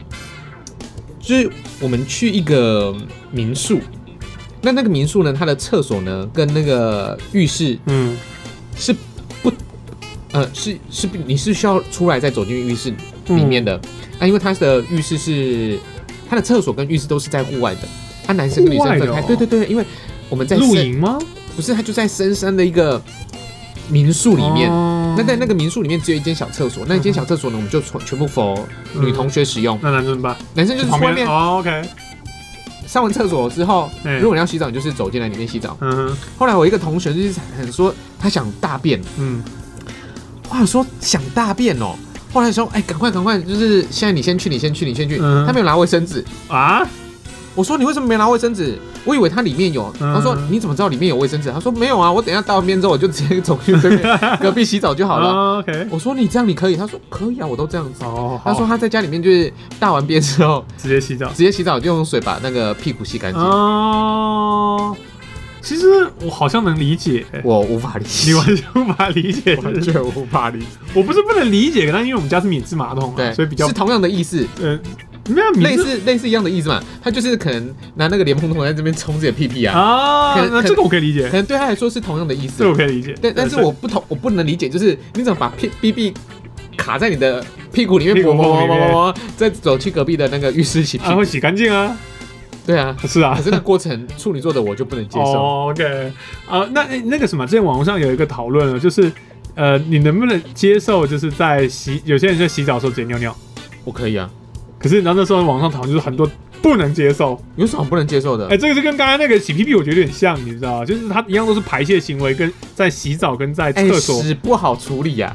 B: 就是我们去一个民宿，那那个民宿呢，它的厕所呢跟那个浴室
A: 嗯
B: 是不，呃，是是不你是需要出来再走进浴室里面
A: 嗯
B: 的，那、因为它的浴室是它的厕所跟浴室都是在户外的，它男生跟女生分
A: 户外
B: 开，
A: 的哦
B: 对对对，因为我们在
A: 露
B: 深，
A: 营吗？
B: 不是它就在深山的一个民宿里面。
A: 哦
B: 那在那个民宿里面只有一间小厕所，那一间小厕所呢，我们就全全部否女同学使用，
A: 那男生怎么办？
B: 男生就是
A: 嗯旁
B: 出外
A: 边
B: 面
A: 哦，OK，
B: 上完厕所之后，
A: 嗯
B: 如果你要洗澡，你就是走进来里面洗澡。
A: 嗯哼
B: 后来我一个同学就是很说他想大便，
A: 嗯，
B: 哇，我说想大便哦。后来说，哎、赶快赶快，就是现在你先去，你先去，你先去。
A: 嗯
B: 他没有拿卫生纸，
A: 啊，
B: 我说你为什么没拿卫生纸？我以为它里面有。
A: 嗯
B: 他说你怎么知道里面有卫生纸？他说没有啊，我等一下大完便之后我就直接走去 对面隔壁洗澡就好了。
A: 哦，OK，
B: 我说你这样你可以，他说可以啊，我都这样子。
A: 哦，
B: 他说他在家里面就是大完便之后
A: 直接洗澡
B: 直。接洗澡，就用水把那个屁股洗干净。
A: 嗯哦，其实我好像能理解，
B: 我无法理解
A: 你，完全无法理解，是
B: 完
A: 不是
B: 全无法理解。
A: 我不是不能理解，但因为我们家是免治马桶啊，
B: 对，
A: 所以比较
B: 是同样的意思，
A: 呃，没有
B: 类
A: 免治
B: 似类似一样的意思嘛。他就是可能拿那个莲蓬头在这边冲自己的屁屁啊，
A: 啊，
B: 可
A: 那
B: 可
A: 这个我可以理
B: 可
A: 解，
B: 能对他来说是同样的意
A: 这
B: 思
A: 个我。可以理解。
B: 但但是我不同，我不能理解，就是你怎么把屁屁屁卡在你的屁股里面，
A: 屁股
B: 砰砰
A: 缝里
B: 砰砰
A: 面
B: 砰砰，再走去隔壁的那个浴室洗屁
A: 啊，
B: 股
A: 会。洗干净啊，
B: 对 啊，
A: 是啊
B: 可。是那过程处女座的我就不能接受。
A: 哦，OK，啊，那诶那个什么，之前网络上有一个讨论了，就是呃，你能不能接受就是在洗，有些人在洗澡的时候直接尿尿，
B: 我可以啊，
A: 可是然后那时候网上讨论就是很多不能接受，
B: 有什么不能接受的
A: 哎、？这个是跟刚才那个洗屁屁，我觉得有点像，你知道吗？就是它一样都是排泄行为，跟在洗澡跟在
B: 哎，
A: 厕所、
B: 屎不好处理呀，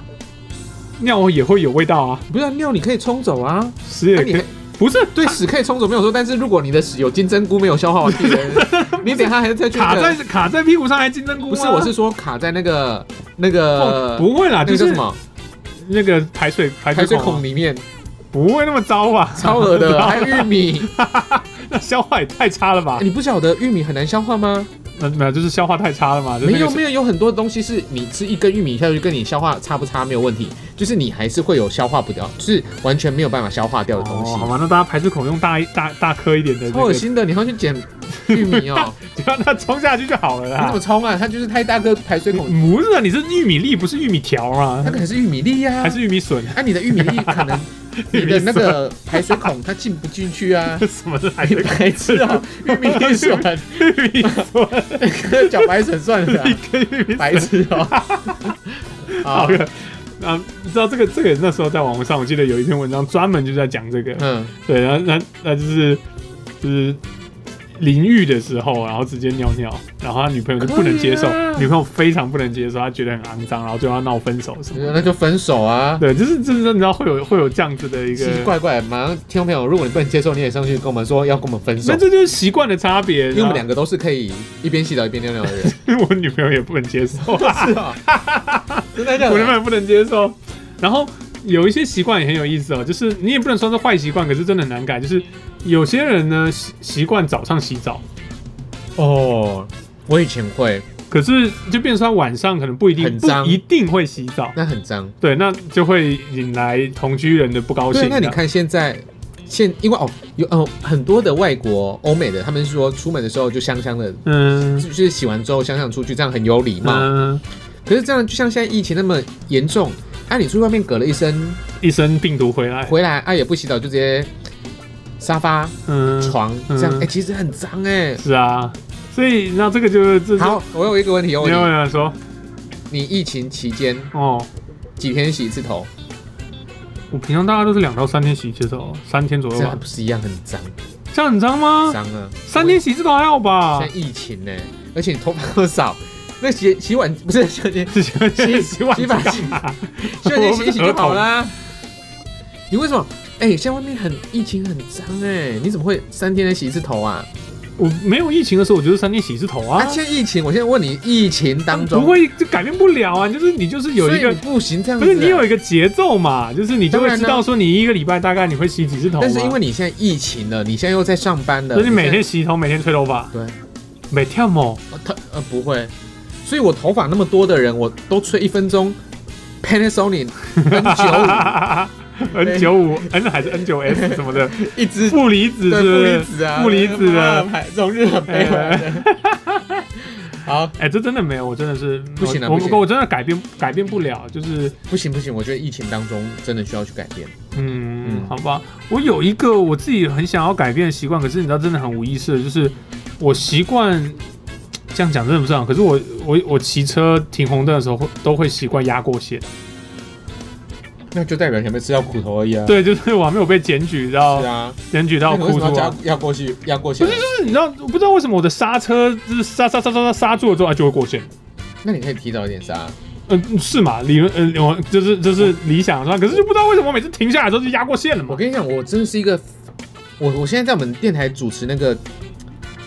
A: 尿也会有味道啊，
B: 不是啊尿你可以冲走啊，
A: 屎也
B: 那
A: 可
B: 你
A: 以
B: 还
A: 不是
B: 对屎可以冲走没有错，但是如果你的屎有金针菇没有消化完毕 的人，你等一下还是再去那
A: 卡
B: 个
A: 在卡在屁股上还金针菇吗？啊
B: 不是，我是说卡在那个那
A: 哦
B: 个
A: 不会啦，
B: 那
A: 就
B: 个叫
A: 是
B: 什么
A: 那个排水排
B: 排水
A: 水
B: 孔
A: 孔啊啊
B: 里面，
A: 不会那么糟吧？
B: 超恶 的，还有玉米，
A: 那消化也太差了吧
B: 哎？你不晓得玉米很难消化吗？
A: 那没有，就是消化太差了嘛？就那
B: 没
A: 个
B: 有
A: 是
B: 没有，有很多东西是你吃一根玉米下去，跟你消化差不差没有问题，就是你还是会有消化不掉，就是完全没有办法消化掉的东西
A: 哦，。好吧，那大家排水孔用大一大大颗一点的、那
B: 超恶
A: 个，
B: 心的，你还要去捡玉米哦？
A: 只要它冲下去就好了
B: 你怎
A: 啦
B: 么。冲啊？它就是太大个排 水孔，
A: 不是啊，你是玉米粒，不是玉米条啊
B: 它，可能是玉米粒呀、
A: 还是玉米笋？
B: 啊，你的玉米粒可能你的那个排水孔它进不进去 啊？
A: 什么是排
B: 你
A: 水孔？
B: 白痴啊！玉米粒笋，
A: 玉米笋。
B: 茭白笋算了啊， 白痴哦。
A: 好
B: 好，
A: 的，啊，你知道这个这个那时候在网络上，我记得有一篇文章专门就在讲这个，
B: 嗯，
A: 对，然后那那就是就是淋浴的时候，啊然后直接尿尿，然后他女朋友就不能接受，
B: 可以啊
A: 女朋友非常不能接受，她觉得很肮脏，然后最后要闹分手什么的。
B: 那就分手 啊。
A: 对，就是就是你知道会有会有这样子的一
B: 奇
A: 个
B: 奇，怪怪，马上听众朋友，如果你不能接受，你也上去跟我们说要跟我们分手
A: 那，这啊就是习惯的差别。
B: 因为我们两
A: 个，
B: 个都是可以一边洗澡一边尿 尿的人。
A: 我女 朋友也不能接受，我
B: 是啊，真的假
A: 女朋
B: 的？
A: 友也不能接受，然后。有一些习惯也很有意思哦，就是你也不能说是坏习惯，可是真的很难改。就是有些人呢习习惯早上洗澡，
B: 哦，我以前会，
A: 可是就变成说他晚上可能不一定
B: 很
A: 不
B: 脏
A: 一定会洗澡，
B: 那很脏。
A: 对，那就会引来同居人的不高
B: 对，
A: 兴。
B: 那你，看现在。现因为哦有呃很多的外国欧美的，他们是说出门的时候就香香的，
A: 嗯
B: 就是洗完之后香香出去，这样很有礼貌。
A: 嗯，
B: 可是这样就像现在疫情那么严重，啊，你出去外面隔了一身，
A: 一身病毒回来，
B: 回来啊也不洗澡就直接沙发、
A: 嗯，
B: 床这样，
A: 嗯
B: 哎、其实很脏哎、
A: 是啊，所以那这个就是这
B: 好，我有一个问题要
A: 没有
B: 问
A: 人说
B: 你，你疫情期间
A: 哦。
B: 几天洗一次头？
A: 我平常大概都是两到三天洗一次头，三天左
B: 这
A: 右吧
B: 样。不是一样很脏
A: 这样很脏吗？
B: 脏啊？
A: 三天洗一次头啊还好吧
B: 现？在疫情呢、而且你头发又少，那洗洗碗不是洗 碗间，
A: 洗洗洗碗
B: 洗发
A: 干嘛？
B: 洗碗间洗一洗就好啦。你为什么？哎、现在外面很疫情很脏哎、你怎么会三天才洗一次头啊？
A: 我没有疫情的时候，我就是三天洗一次头
B: 啊，
A: 啊。
B: 现在疫情，我现在问你，疫情当中
A: 不会就改变不了啊，就是你就是有一
B: 所以
A: 个
B: 你，不行这样
A: 不
B: 子、啊
A: 是你有，一个节奏嘛，就是你就会
B: 当然
A: 知
B: 啊
A: 道说你一个礼拜大概你会洗几次头嘛。
B: 但是因为你现在疫情了，你现在又在上班
A: 啊
B: 了，
A: 所以你每天
B: 现
A: 洗头，每天吹头发，
B: 对，
A: 每哦跳 某
B: 在呃他呃不会，所以我头发那么多的人，我都吹一分钟 Panasonic N
A: ，N 九五 N 还是 N 九 S 什么 的，
B: 九五一支
A: 负离子
B: 对
A: 是不是
B: 负离子啊，
A: 负离子的。
B: 的，从日本飞回来 的。好，
A: 哎、这真的没有，我真的是
B: 不行啊
A: 我
B: 不行
A: 我我真的改变改变不了，就是
B: 不行不行，我觉得疫情当中真的需要去改变。
A: 嗯，
B: 嗯
A: 好吧，我有一个我自己很想要改变的习惯，可是你知道，真的很无意识的，就是我习惯这样讲真的不是啊很好，可是我我我骑车停红灯的时候会都会习惯压过线，
B: 嗯那就代表前面吃到苦头而已啊。
A: 对，就是我还没有被检举到，
B: 是啊，
A: 检举到
B: 那你为
A: 哭
B: 什么
A: 出来
B: 要，要过去要过去啊
A: 不？是就是你知道，我不知道为什么我的刹车就是刹刹刹刹刹刹住了之后，它就会过线。
B: 那你可以提早一点刹。
A: 嗯，是嘛？理论，呃，我就是就是理想上，可是就不知道为什么我每次停下来的时候就压过线了
B: 我
A: 嘛。
B: 跟你讲，我真的是一个，我我现在在我们电台主持那个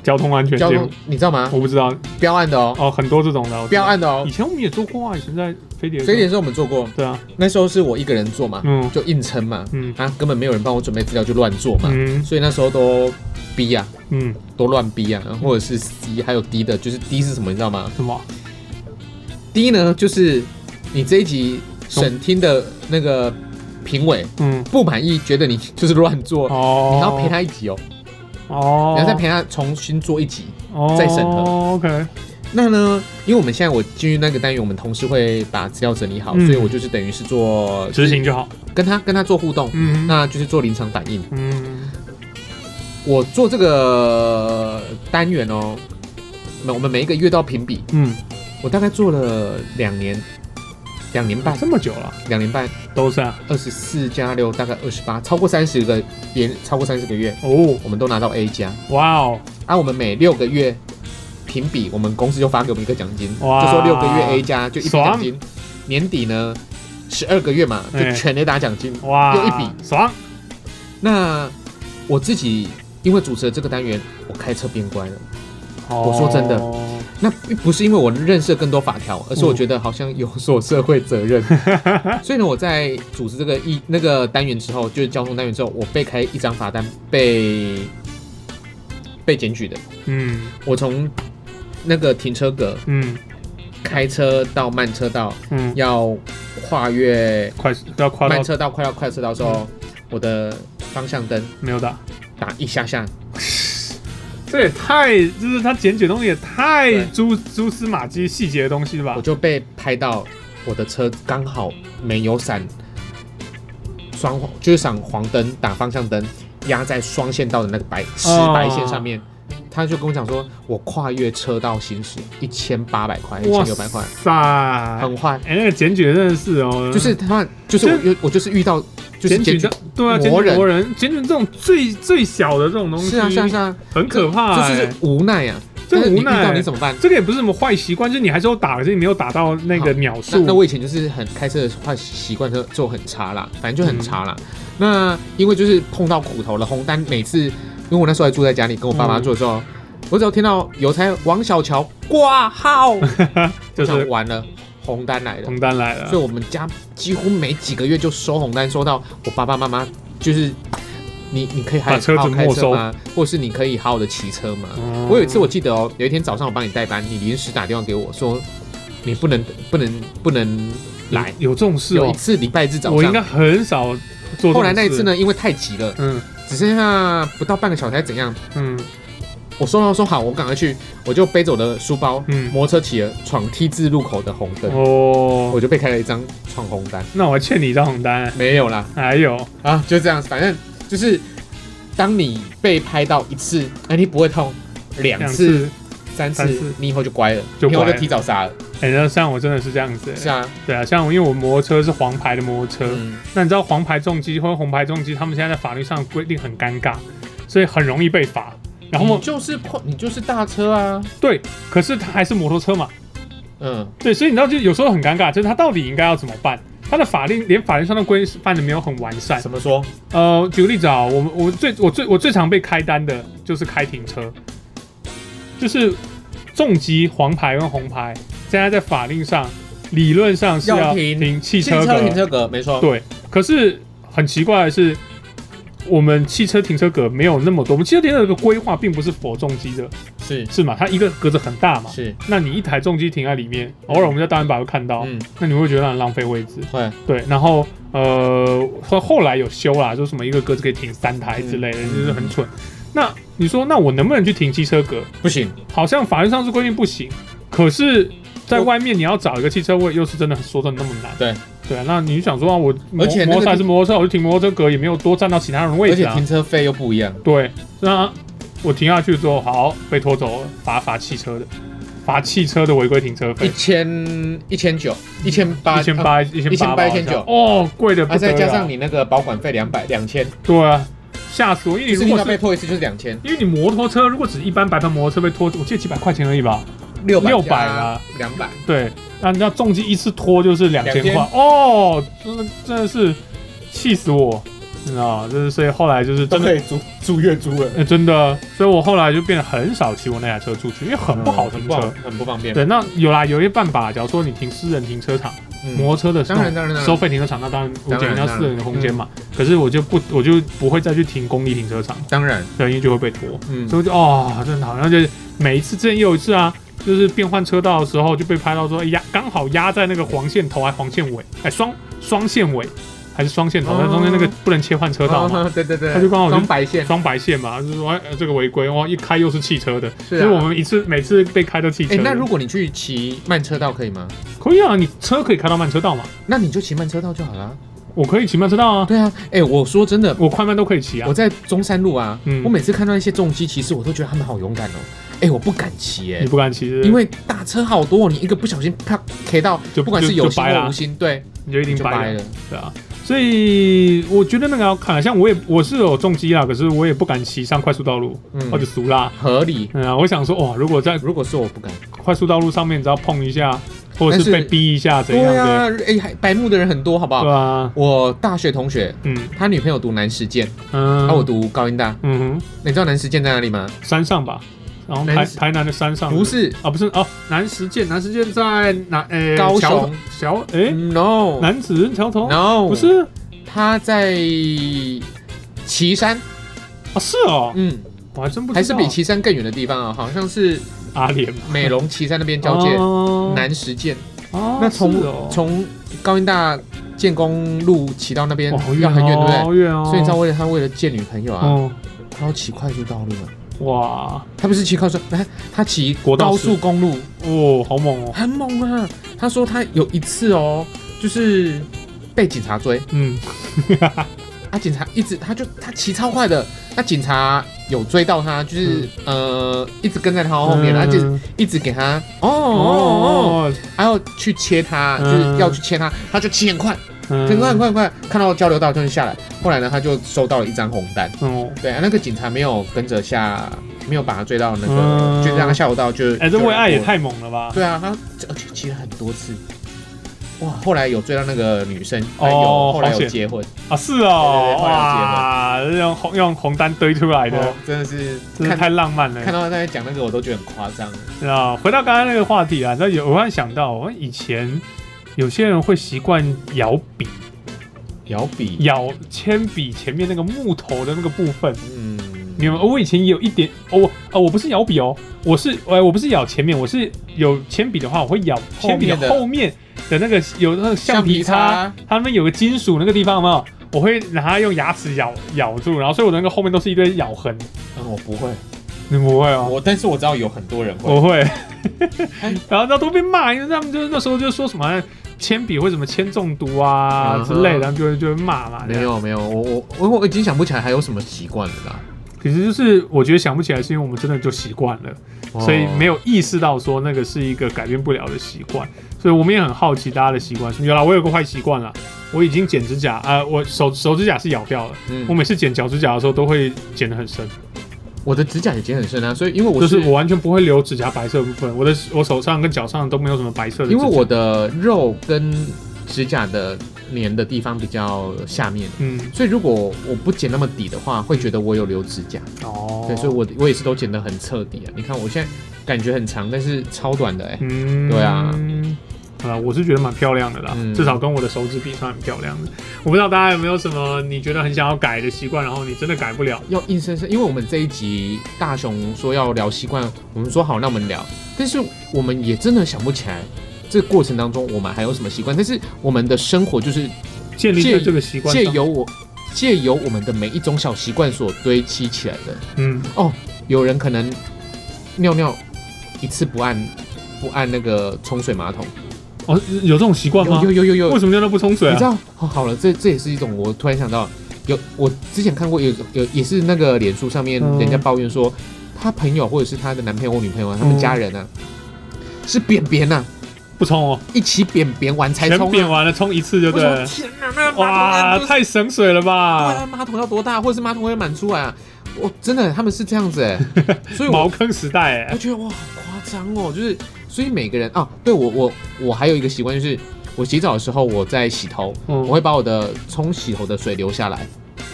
A: 交通安全
B: 交
A: 节
B: 通
A: 目，，
B: 你知道吗？
A: 我不知道
B: 标案的哦，
A: 哦，很多这种的我知道
B: 标案的哦
A: 以。前我们也做过啊，以前在飞碟的时
B: 这
A: 候
B: 一点是我们做过，
A: 对啊，
B: 那时候是我一个人做嘛，
A: 嗯
B: 就硬撑嘛，
A: 嗯
B: 啊，根本没有人帮我准备资料就乱做嘛，
A: 嗯
B: 所以那时候都逼啊，
A: 嗯，
B: 都乱逼啊，或者是 C 还有 D 的，就是 D 是什么你知道吗
A: 什么？
B: ？D 呢就是你这一集审听的那个评委
A: 嗯
B: 不满意，觉得你就是乱做，
A: 哦，
B: 你要陪他一集哦，
A: 哦，
B: 你要再陪他重新做一集。
A: 哦
B: 再审核
A: OK，
B: 那呢，因为我们现在我进入那个单元，我们同事会把资料整理好，
A: 嗯
B: 所以我就是等于是做
A: 执行就好。
B: 跟他跟他做互动，
A: 嗯
B: 那就是做临场反应。
A: 嗯
B: 我做这个单元哦，那我们每一个月都要评比，
A: 嗯，
B: 我大概做了两年，两年半，
A: 这么久了，
B: 两年半，
A: 都是啊。
B: 二十四加六，大概二十八，超过三十个连，超过三十个月，
A: 哦，
B: 我们都拿到 A 加。
A: 哇哦，
B: 啊，我们每六个月评比，我们公司就发给我们一个奖金，就
A: 哇
B: 说六个月 A 加就一笔
A: 爽
B: 奖金，年底呢十二个月嘛就
A: 哎
B: 全雷打奖金。
A: 哇，
B: 又一笔
A: 爽。
B: 那我自己因为主持了这个单元，我开车变乖了。我说真的
A: 哦
B: 那不是因为我认识了更多法条，而是我觉得好像有所社会责 任。所以呢，我在组织这个一那个单元之后，就是交通单元之后，我被开一张罚单，被被检举的。
A: 嗯
B: 我从那个停车格
A: 嗯
B: 开车到慢车道，
A: 嗯，
B: 要跨越
A: 快要跨
B: 慢
A: 到
B: 车道，快要快车道的时候，我的方向灯
A: 没有打，
B: 打一下下，
A: 这也太就是他检举的东西也太
B: 对
A: 蛛蛛丝马迹细节的东西了
B: 我
A: 吧？
B: 就被拍到我的车刚好没有闪双黄，就是闪黄灯打方向灯，压在双线道的那个白石白线上面。他就跟我讲说，我跨越车道行驶一千八百块，一千六百块，
A: 塞！哎，
B: 很坏。
A: 那个检举真的是哦，
B: 就是他，就是我遇，我就是遇到，就
A: 检
B: 是
A: 举
B: 检举
A: 的，，对啊，检
B: 魔
A: 举
B: 人
A: 魔人，检举这种最最小的这种东西，
B: 是啊是啊是啊，
A: 很可怕、
B: 就
A: 哎
B: 是无奈啊。
A: 这
B: 但是你
A: 无奈欸
B: 遇到你怎么办？
A: 这个也不是什么坏习惯，就是你还是有打，可是你没有打到那个秒
B: 那
A: 数。
B: 那我以前就是很开车的话习惯就就很差啦，反正就很差啦。
A: 嗯
B: 那因为就是碰到苦头了，红单每次，因为我那时候还住在
A: 嗯
B: 家里，跟我爸妈住的时候，我只要听到邮差王小乔挂号，
A: 就
B: 我想
A: 是嗯
B: 完了，红单来了，
A: 红单来
B: 所
A: 了。
B: 以我们家几乎每几个月就收红单，收到我爸爸妈妈就是。你你可以还
A: 把车子
B: 好好开
A: 没
B: 车
A: 收
B: 吗？或是你可以好好的骑车吗？
A: 哦
B: 我有一次我记得哦，有一天早上我帮你代班，你临时打电话给我说你不能不能不能来。
A: 有这种事
B: 有一
A: 哦，
B: 次礼拜日早
A: 我应
B: 上，
A: 该很少做。
B: 后来那一次？呢，因为太急了，
A: 嗯
B: 只剩下不到半个小时还怎样，
A: 嗯
B: 我收到说好，我赶快去，我就背着我的书包，
A: 嗯，
B: 摩托车骑了闯 T 字路口的红灯，
A: 哦，
B: 我就被开了一张闯红单，
A: 那我还欠你一张红单，哎
B: 没有啦，
A: 还有
B: 啊，就这样，反正就是当你被拍到一次，哎、你不会痛，两
A: 两
B: 次、
A: 次。
B: 三
A: 三
B: 次
A: 次，
B: 你以后就乖了，
A: 就
B: 你以后
A: 乖
B: 就
A: 了
B: 提早杀了，
A: 哎、那像我真的是这样子、
B: 是啊，
A: 对啊，像我因为我摩托车是黄牌的摩托车，
B: 嗯，
A: 那你知道黄牌重机或红牌重机，他们现在在法律上规定很尴尬，所以很容易被罚。然后
B: 你就是碰，你就是大车啊，
A: 对，可是它还是摩托车嘛，
B: 嗯，
A: 对，所以你知道就有时候很尴尬，就是他到底应该要怎么办？他的法令连法律上的规范的没有很完善。
B: 怎么说？
A: 呃，举个例子啊，我们我最我最我最常被开单的就是开停车，就是重机黄牌跟红牌，现在在法令上理论上是
B: 要
A: 要
B: 停
A: 停汽
B: 汽
A: 车
B: 车
A: 格，
B: 停车格，没错，
A: 对，可是很奇怪的是，我们汽车停车格没有那么多。我们汽车停车格的规划并不是否重机的，
B: 是
A: 是吗？它一个格子很大嘛。
B: 是，
A: 那你一台重机停在里面，偶尔我们在大圆板会看到，
B: 嗯，
A: 那你会觉得很浪费位置。
B: 会，
A: 对，然后呃，后后来有修啦，就是什么一个格子可以停三台之类的，
B: 嗯
A: 就是很蠢。那你说，那我能不能去停汽车格？
B: 不行，
A: 好像法律上是规定不行，可是，在
B: 我
A: 外面你要找一个汽车位，又是真的说真的那么难。
B: 对
A: 对啊，那你想说啊，我摩
B: 而且那
A: 摩
B: 个
A: 托车还
B: 地
A: 是摩托车，我就停摩托车格，也没有多占到其他人的位
B: 而
A: 置
B: 且
A: 啊
B: 停。车费又不一样，
A: 对，那我停下去之后，好被拖走了，罚罚汽车的，罚汽车的违规停车
B: 一
A: 费，
B: 千一千九，一千八，啊
A: 一千八、一千八、
B: 1800 1900
A: 哦，贵的不
B: 啊，
A: 得
B: 再加
A: 了
B: 上你那个保管费两百两千，
A: 对啊，吓死我！因为
B: 就
A: 你
B: 是
A: 哎如
B: 你
A: 果
B: 要被
A: 是
B: 拖一次就是两千
A: 因为你摩托车，如果只是一般白牌摩托车被拖，我记得几百块钱而已吧？
B: 六
A: 600
B: 啦
A: 啦，
B: 两百
A: 对，那你要重击一次拖就是两千
B: 2000
A: 块哦，真的真的是气死我，你知道吗？就是所以后来就是真的
B: 以租租月租了，
A: 欸、真的，所以我后来就变得很少骑我那台车出去，因为很不好
B: 嗯很
A: 停
B: 不
A: 车。
B: 好，很不方便。
A: 对，那有啦，有一些办法，假如说你停私人停车场，
B: 嗯
A: 摩托车的时
B: 当
A: 候
B: 然当然当然
A: 收费停车场，那当然我
B: 当然
A: 减掉
B: 当然嗯
A: 私人的空间嘛。可是我就不，我就不会再去停公立停车场，
B: 当然，
A: 对，因为就会被拖。
B: 嗯，
A: 所以我就哦，真的好像就是每一次，之前也有一次啊，就是变换车道的时候就被拍到说哎压刚好压在那个黄线头还黄线尾，哎双双线尾还是双线头，
B: 哦
A: 那、中间那个不能切换车道嘛。
B: 哦对对对，
A: 他就刚好就
B: 双白线，
A: 双白线嘛，就是说、哎呃这个违规，哇，一开又是汽车的，
B: 是
A: 所以我
B: 啊。
A: 们一次每次被开都汽车
B: 哎，
A: 的。
B: 那如果你去骑慢车道可以吗？
A: 可以啊，你车可以开到慢车道嘛？
B: 那你就骑慢车道就好啦。
A: 我可以骑慢车道啊，
B: 对啊，哎，我说真的，
A: 我快慢都可以骑啊
B: 我。在中山路啊，
A: 嗯
B: 我每次看到一些重机骑士，我都觉得他们好勇敢哦。哎，我不敢骑哎
A: 你，不敢骑，
B: 因为大车好多哦，你一个不小心啪 K 到，
A: 就
B: 不管是
A: 就
B: 有
A: 就
B: 心
A: 掰
B: 或
A: 啦
B: 无心，对，
A: 你就一定
B: 就
A: 掰
B: 掰
A: 了，
B: 了。
A: 对啊。所以我觉得那个要看，像我也我是有重机啦，可是我也不敢骑上快速道路，
B: 嗯
A: 我就俗啦。
B: 合理。
A: 嗯啊，我想说，哇，如果在
B: 如果是我不敢，
A: 快速道路上面，只要碰一下，或者
B: 但
A: 是
B: 是
A: 被逼一下，怎样的，
B: 啊，哎、还白目的人很多，好不好？
A: 对啊，
B: 我大学同学，
A: 嗯
B: 他女朋友读南实践，
A: 嗯，
B: 啊，我读高音大。
A: 嗯
B: 你知道南实践在哪里吗？
A: 哼，山上吧，然后
B: 南
A: 台
B: 石
A: 台南的山上
B: 不是、
A: 啊，不是哦，南石涧，南石涧在南呃
B: 高雄
A: 桥小诶，
B: n o
A: 南子仁桥头
B: no，
A: 不是
B: 他在岐山，
A: 啊，是哦，
B: 嗯，
A: 我还真不知道
B: 还是比岐山更远的地方啊，好像是
A: 阿联嘛
B: 美容岐山那边交界，
A: 哦
B: 南实践。
A: 哦
B: 那
A: 是
B: 从
A: 哦
B: 从、高音大建工路骑到那边
A: 哇好
B: 要
A: 远
B: 很远，对不
A: 哦
B: 对？
A: 好远哦，
B: 所以你知道为了他为了见女朋友啊，
A: 哦
B: 他要骑快速道路啊，
A: 嗯哇
B: 他不是骑快速， 他他骑
A: 国道
B: 高
A: 是
B: 速公路。
A: 哦，好猛哦，
B: 很猛啊！他说他有一次哦，就是被警察追，
A: 嗯
B: 啊，警察一直他就他骑超快的，那警察有追到他，就是、呃一直跟在他后面，
A: 嗯
B: 然后就一直给他哦哦哦，
A: 哦
B: 还要去切他，就是
A: 嗯
B: 要去切他，他就骑很快，
A: 嗯
B: 很快很快很快，看到交流道他就下来，后来呢他就收到了一张红单，
A: 哦。
B: 对啊，那个警察没有跟着下，没有把他追到那个，
A: 嗯
B: 就让他下楼道就，
A: 哎，这
B: 就
A: 为爱也
B: 过了
A: 太猛了吧！
B: 对啊，他而且骑了很多次，哇，后来有追到那个女生，
A: 哦
B: 哎有后来
A: 好
B: 有
A: 险
B: 结婚，
A: 啊，是哦
B: 对对，对
A: 哇，用红用红单堆出来的
B: 哦，真的是
A: 哎啊真是
B: 看
A: 太浪漫了
B: 看。到他在讲那个，我都觉得很夸张。
A: 啊，回到刚刚那个话题啊，那有我突然想到，我以前有些人会习惯咬笔，
B: 摇笔，
A: 咬铅笔前面那个木头的那个部分。
B: 嗯，
A: 你们我以前也有一点，哦、我啊，我不是咬笔哦，我是呃，我不是咬前面，我是有铅笔的话，我会咬
B: 后
A: 铅
B: 面
A: 笔
B: 的
A: 的后面的那个有那个橡
B: 橡
A: 皮
B: 皮
A: 擦，
B: 擦，
A: 它那边有个金属那个地方有没有？我会拿它用牙齿咬咬住，然后所以我的那个后面都是一堆咬痕。
B: 嗯，我不会，
A: 你不会哦？
B: 我但是我知道有很多人会，
A: 我会
B: 哎，
A: 然后他都被骂，因为他们就是那时候就说什么铅笔会什么铅中毒啊
B: 嗯
A: 之
B: 哼
A: 类的，然后就会就会骂嘛。这
B: 没
A: 样，
B: 有没有，我我我我已经想不起来还有什么习惯了啦，
A: 其实就是我觉得想不起来，是因为我们真的就习惯了，
B: 哦
A: 所以没
B: 有
A: 有意识到说那个是一个改变不了的习惯。所以我们也很好奇大家的习惯是。有啦，我有个坏习惯啦，我已经剪指甲啊、呃我手手指甲是咬掉了。
B: 哦嗯
A: 我每次剪脚指甲的时候都会剪得很深，
B: 我的指甲也剪很深啊，所以因为我
A: 就是是我完全不会留指甲白色的部分，我的我手上跟脚上都没有什么白色的指
B: 因
A: 甲。
B: 为我的肉跟指甲的粘的地方比较下面，
A: 嗯
B: 所以如果我不剪那么底的话，会觉得我有留指甲。
A: 哦，
B: 对，所以我我也是都剪得很彻底啊。你看我现在感觉很长，但是超短的哎、
A: 嗯，
B: 对啊。
A: 啊，我是觉得蛮漂亮的啦，
B: 嗯
A: 至少跟我的手指比算很漂亮的。我不知道大家有没有什么你觉得很想要改的习惯，然后你真的改不了。
B: 要硬生生，因为我们这一集大雄说要聊习惯，我们说好，那我们聊，但是我们也真的想不起来。这个过程当中，我们还有什么习惯？但是我们的生活就是
A: 建立在
B: 借
A: 这个习惯
B: 借
A: 上，
B: 由我借由我们的每一种小习惯所堆砌起来的。
A: 嗯，
B: 有人可能尿尿一次不按不按那个冲水马桶，
A: 哦，有这种习惯吗
B: 有？有有有
A: 为
B: 有，
A: 什么尿尿不冲水
B: 你知
A: 啊？
B: 道？哦，好了，这这也是一种我突然想到，有我之前看过有有也是那个脸书上面
A: 嗯
B: 人家抱怨说，她朋友或者是她的男朋友或女朋友啊，他们家人啊。是便便呐、
A: 不冲哦，
B: 一起便便完才
A: 全
B: 冲、
A: 扁
B: 啊。
A: 完了冲一次就
B: 我
A: 对
B: 说
A: 了。
B: 天哪，那个马
A: 哇，
B: 桶
A: 太省水了
B: 对
A: 吧！
B: 啊，马桶要多大，或者是马桶会满出来啊？我真的他们是这样子哎、 所以我
A: 茅坑时代、
B: 我
A: 哎，
B: 觉得哇，好夸张哦！就是，所以每个人啊，对我我我还有一个习惯，就是我洗澡的时候，我在洗头，
A: 嗯
B: 我会把我的冲洗头的水留下来。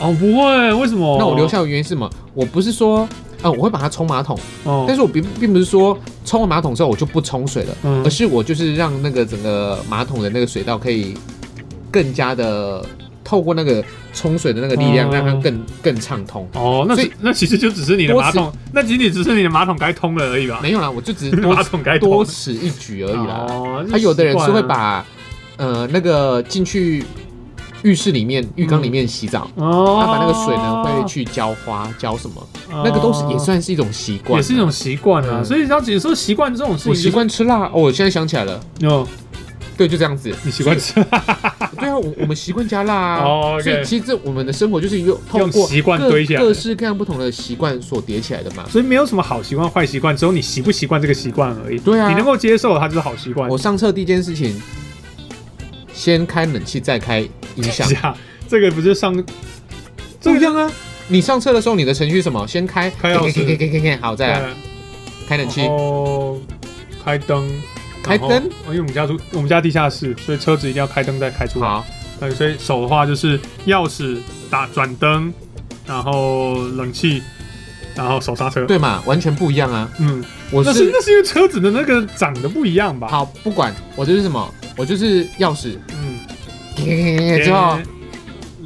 A: 哦，不会，为什么？
B: 那我留下的原因是什么？我不是说啊，我会把它冲马桶，
A: 哦，
B: 但是我并并不是说冲完马桶之后我就不冲水了，
A: 嗯
B: 而是我就是让那个整个马桶的那个水道可以更加的透过那个冲水的那个力量，
A: 哦
B: 让它更更畅通。
A: 哦，那
B: 所
A: 是
B: 以
A: 那其实就只是你的
B: 多
A: 马
B: 此
A: 桶，那仅仅只是你的马桶该通了而已吧？
B: 没有啦，我就只是多
A: 马桶该通
B: 多此一举而已啦。
A: 哦，
B: 他有的人
A: 习
B: 是
A: 惯
B: 会
A: 啊
B: 把呃那个进去浴室里面、浴缸里面洗澡，
A: 哦，
B: 他把那个水呢会去浇花、浇什么，
A: 哦，
B: 那个都是也算是一种习惯，
A: 也是一种。习惯啊。
B: 嗯
A: 所以你要解说习惯这种事情，
B: 我习惯吃辣哦，我现在想起来了，
A: 就是哦，
B: 对，就这样子。
A: 你习惯
B: 所
A: 吃
B: 以 对啊，我我们习惯加辣啊。
A: 哦
B: 所以
A: ，OK。
B: 其实这我们的生活就是用透
A: 用
B: 过
A: 习惯
B: 各
A: 堆起来的
B: 各式各样不同的习惯所叠起来的嘛。
A: 所以没有什么好习惯、坏习惯，只有你习不习惯这个习惯而已。
B: 对啊
A: 你能够接受它就是好习惯。
B: 我上车第一件事情，先开冷气，再开音响
A: 这。样，啊这个不是上
B: 不一样啊。你上车的时候，你的程序是什么？先开，
A: 开钥匙
B: 给给给给给， 好，再来
A: 对
B: 开冷气
A: 然。后开灯，
B: 开灯
A: 然后，因为我们家住我们家地下室，所以车子一定要开灯再开出来。
B: 好，
A: 对，所以手的话就是钥匙打转灯，然后冷气，然后手刹车。，
B: 对嘛，完全不一样啊！
A: 嗯，
B: 我
A: 那是
B: 是
A: 那是因为车子的那个长得不一样吧？
B: 好不管，我就是什么，我就是钥 匙，
A: 嗯，
B: 给给给给给 之后，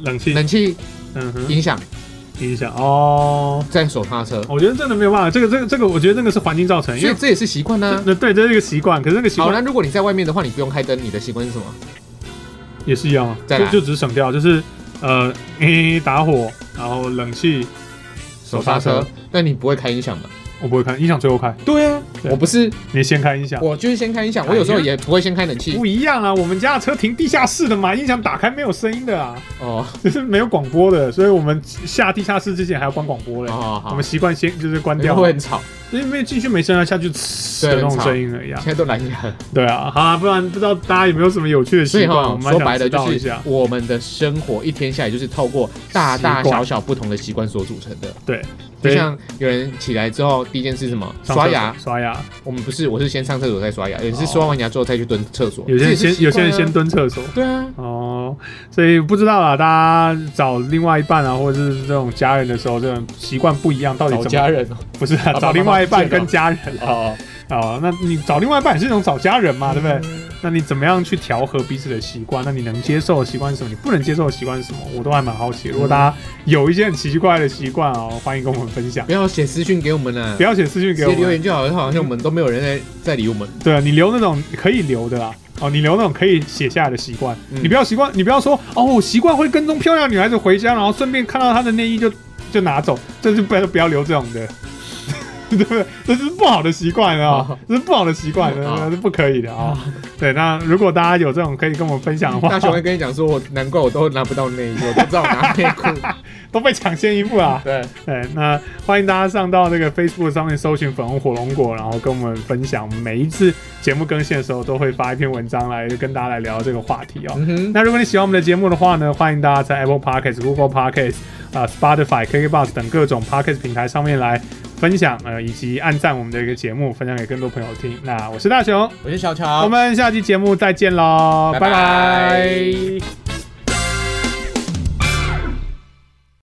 A: 冷气，
B: 冷气、
A: 嗯哼，
B: 音响，
A: 影响哦。
B: 再手刹车，
A: 我觉得真的没有办法，这个这个这个，我觉得那个是环境造成，因
B: 所以
A: 为
B: 这也是习惯呢。
A: 那对这是一个习惯，可是那个习
B: 好，
A: 惯
B: 那如果你在外面的话，你不用开灯，你的习惯是什么？
A: 也是一样啊，
B: 再
A: 就
B: 来
A: 就只是省掉，就是呃，诶打火，然后冷气，手
B: 手
A: 刹
B: 刹
A: 车
B: 车。但你不会开音响的。
A: 我不会开音响，最后开，
B: 对啊，
A: 对
B: 我不是，
A: 你先开音响。
B: 我就是先开音响，我有时候也不会先开冷气
A: 不。一样啊，我们家的车停地下室的嘛，音响打开没有声音的啊，
B: 哦
A: 就是没有广播的，所以我们下地下室之前还要关广播嘞。
B: 哦，
A: 我
B: 好
A: 们，习惯先就是关
B: 会
A: 掉啊
B: 不，会很吵？
A: 因为进去没声啊，下去呲的
B: 对
A: 那
B: 很
A: 种
B: 吵
A: 声音而已啊
B: 现。在都蓝牙了，
A: 对啊，好啊，不然不知道大家有没有什么有趣的
B: 所
A: 习
B: 以
A: 惯？
B: 哈
A: 我，蛮
B: 说
A: 想
B: 白
A: 知
B: 了
A: 道一
B: 就是
A: 下。
B: 我们的生活一天下来就是透过大大
A: 习惯
B: 小小不同的习惯所组成的。
A: 对，
B: 就
A: 对
B: 像有人起来之后第一件事是什么？
A: 上
B: 刷
A: 厕所
B: 牙。哦
A: 刷牙。
B: 我们不是，我是先上厕所再刷牙，有人是刷完牙之后再去蹲厕所。
A: 有些人
B: 这也是
A: 先，有些人
B: 习
A: 先
B: 惯啊。
A: 蹲厕所。
B: 对啊，
A: 哦，所以不知道啦，大家找另外一半啊，或者是这种家人的时候，这种习惯不一样，到底
B: 找
A: 怎么？
B: 家人哦。
A: 不是啊，
B: 爸爸
A: 找另外一
B: 妈妈
A: 半
B: 见到
A: 跟家人啊。
B: 哦，
A: 哦，那你找另外一半也是一种找家人嘛，对不
B: 嗯
A: 对？那你怎么样去调和彼此的习惯？那你能接受的习惯是什么？你不能接受的习惯是什么？我都还蛮好
B: 嗯
A: 奇。如果大家有一些很奇怪的习惯哦，欢迎跟我们分享
B: 不。要写私讯给我们啊
A: 不，要写私讯给
B: 直接
A: 我
B: 留
A: 们，
B: 言就好，好像我们都没有人在在理我们。
A: 对啊，你留那种可以留的啦。哦，你留那种可以写下来的习惯，
B: 嗯
A: 你不要习惯，你不要说哦，我习惯会跟踪漂亮女孩子回家，然后顺便看到她的内衣就就拿走，这就不要不要留这种的， 对不对？这是不好的习惯啊、
B: 好
A: 这是不好的习惯，
B: 好
A: 这是不可以的啊、对，那如果大家有这种可以跟我们分享的话，
B: 大雄会跟你讲说，我难怪我都拿不到内衣，我都不知道我拿内裤。
A: 都被抢先一步啊啦。
B: 对，
A: 对，那欢迎大家上到那个 Facebook 上面搜寻粉红火龙果，然后跟我们分享。我们每一次节目更新的时候，都会发一篇文章来跟大家来聊这个话题哦。
B: 嗯哼，
A: 那如果你喜欢我们的节目的话呢，欢迎大家在 Apple Podcast、Google Podcast、啊、Spotify、KKBox 等各种 Podcast 平台上面来分享，呃，以及按赞我们的一个节目，分享给更多朋友听。那我是大雄，
B: 我是小乔，
A: 我们下期节目再见喽，
B: 拜
A: 拜
B: 拜
A: 拜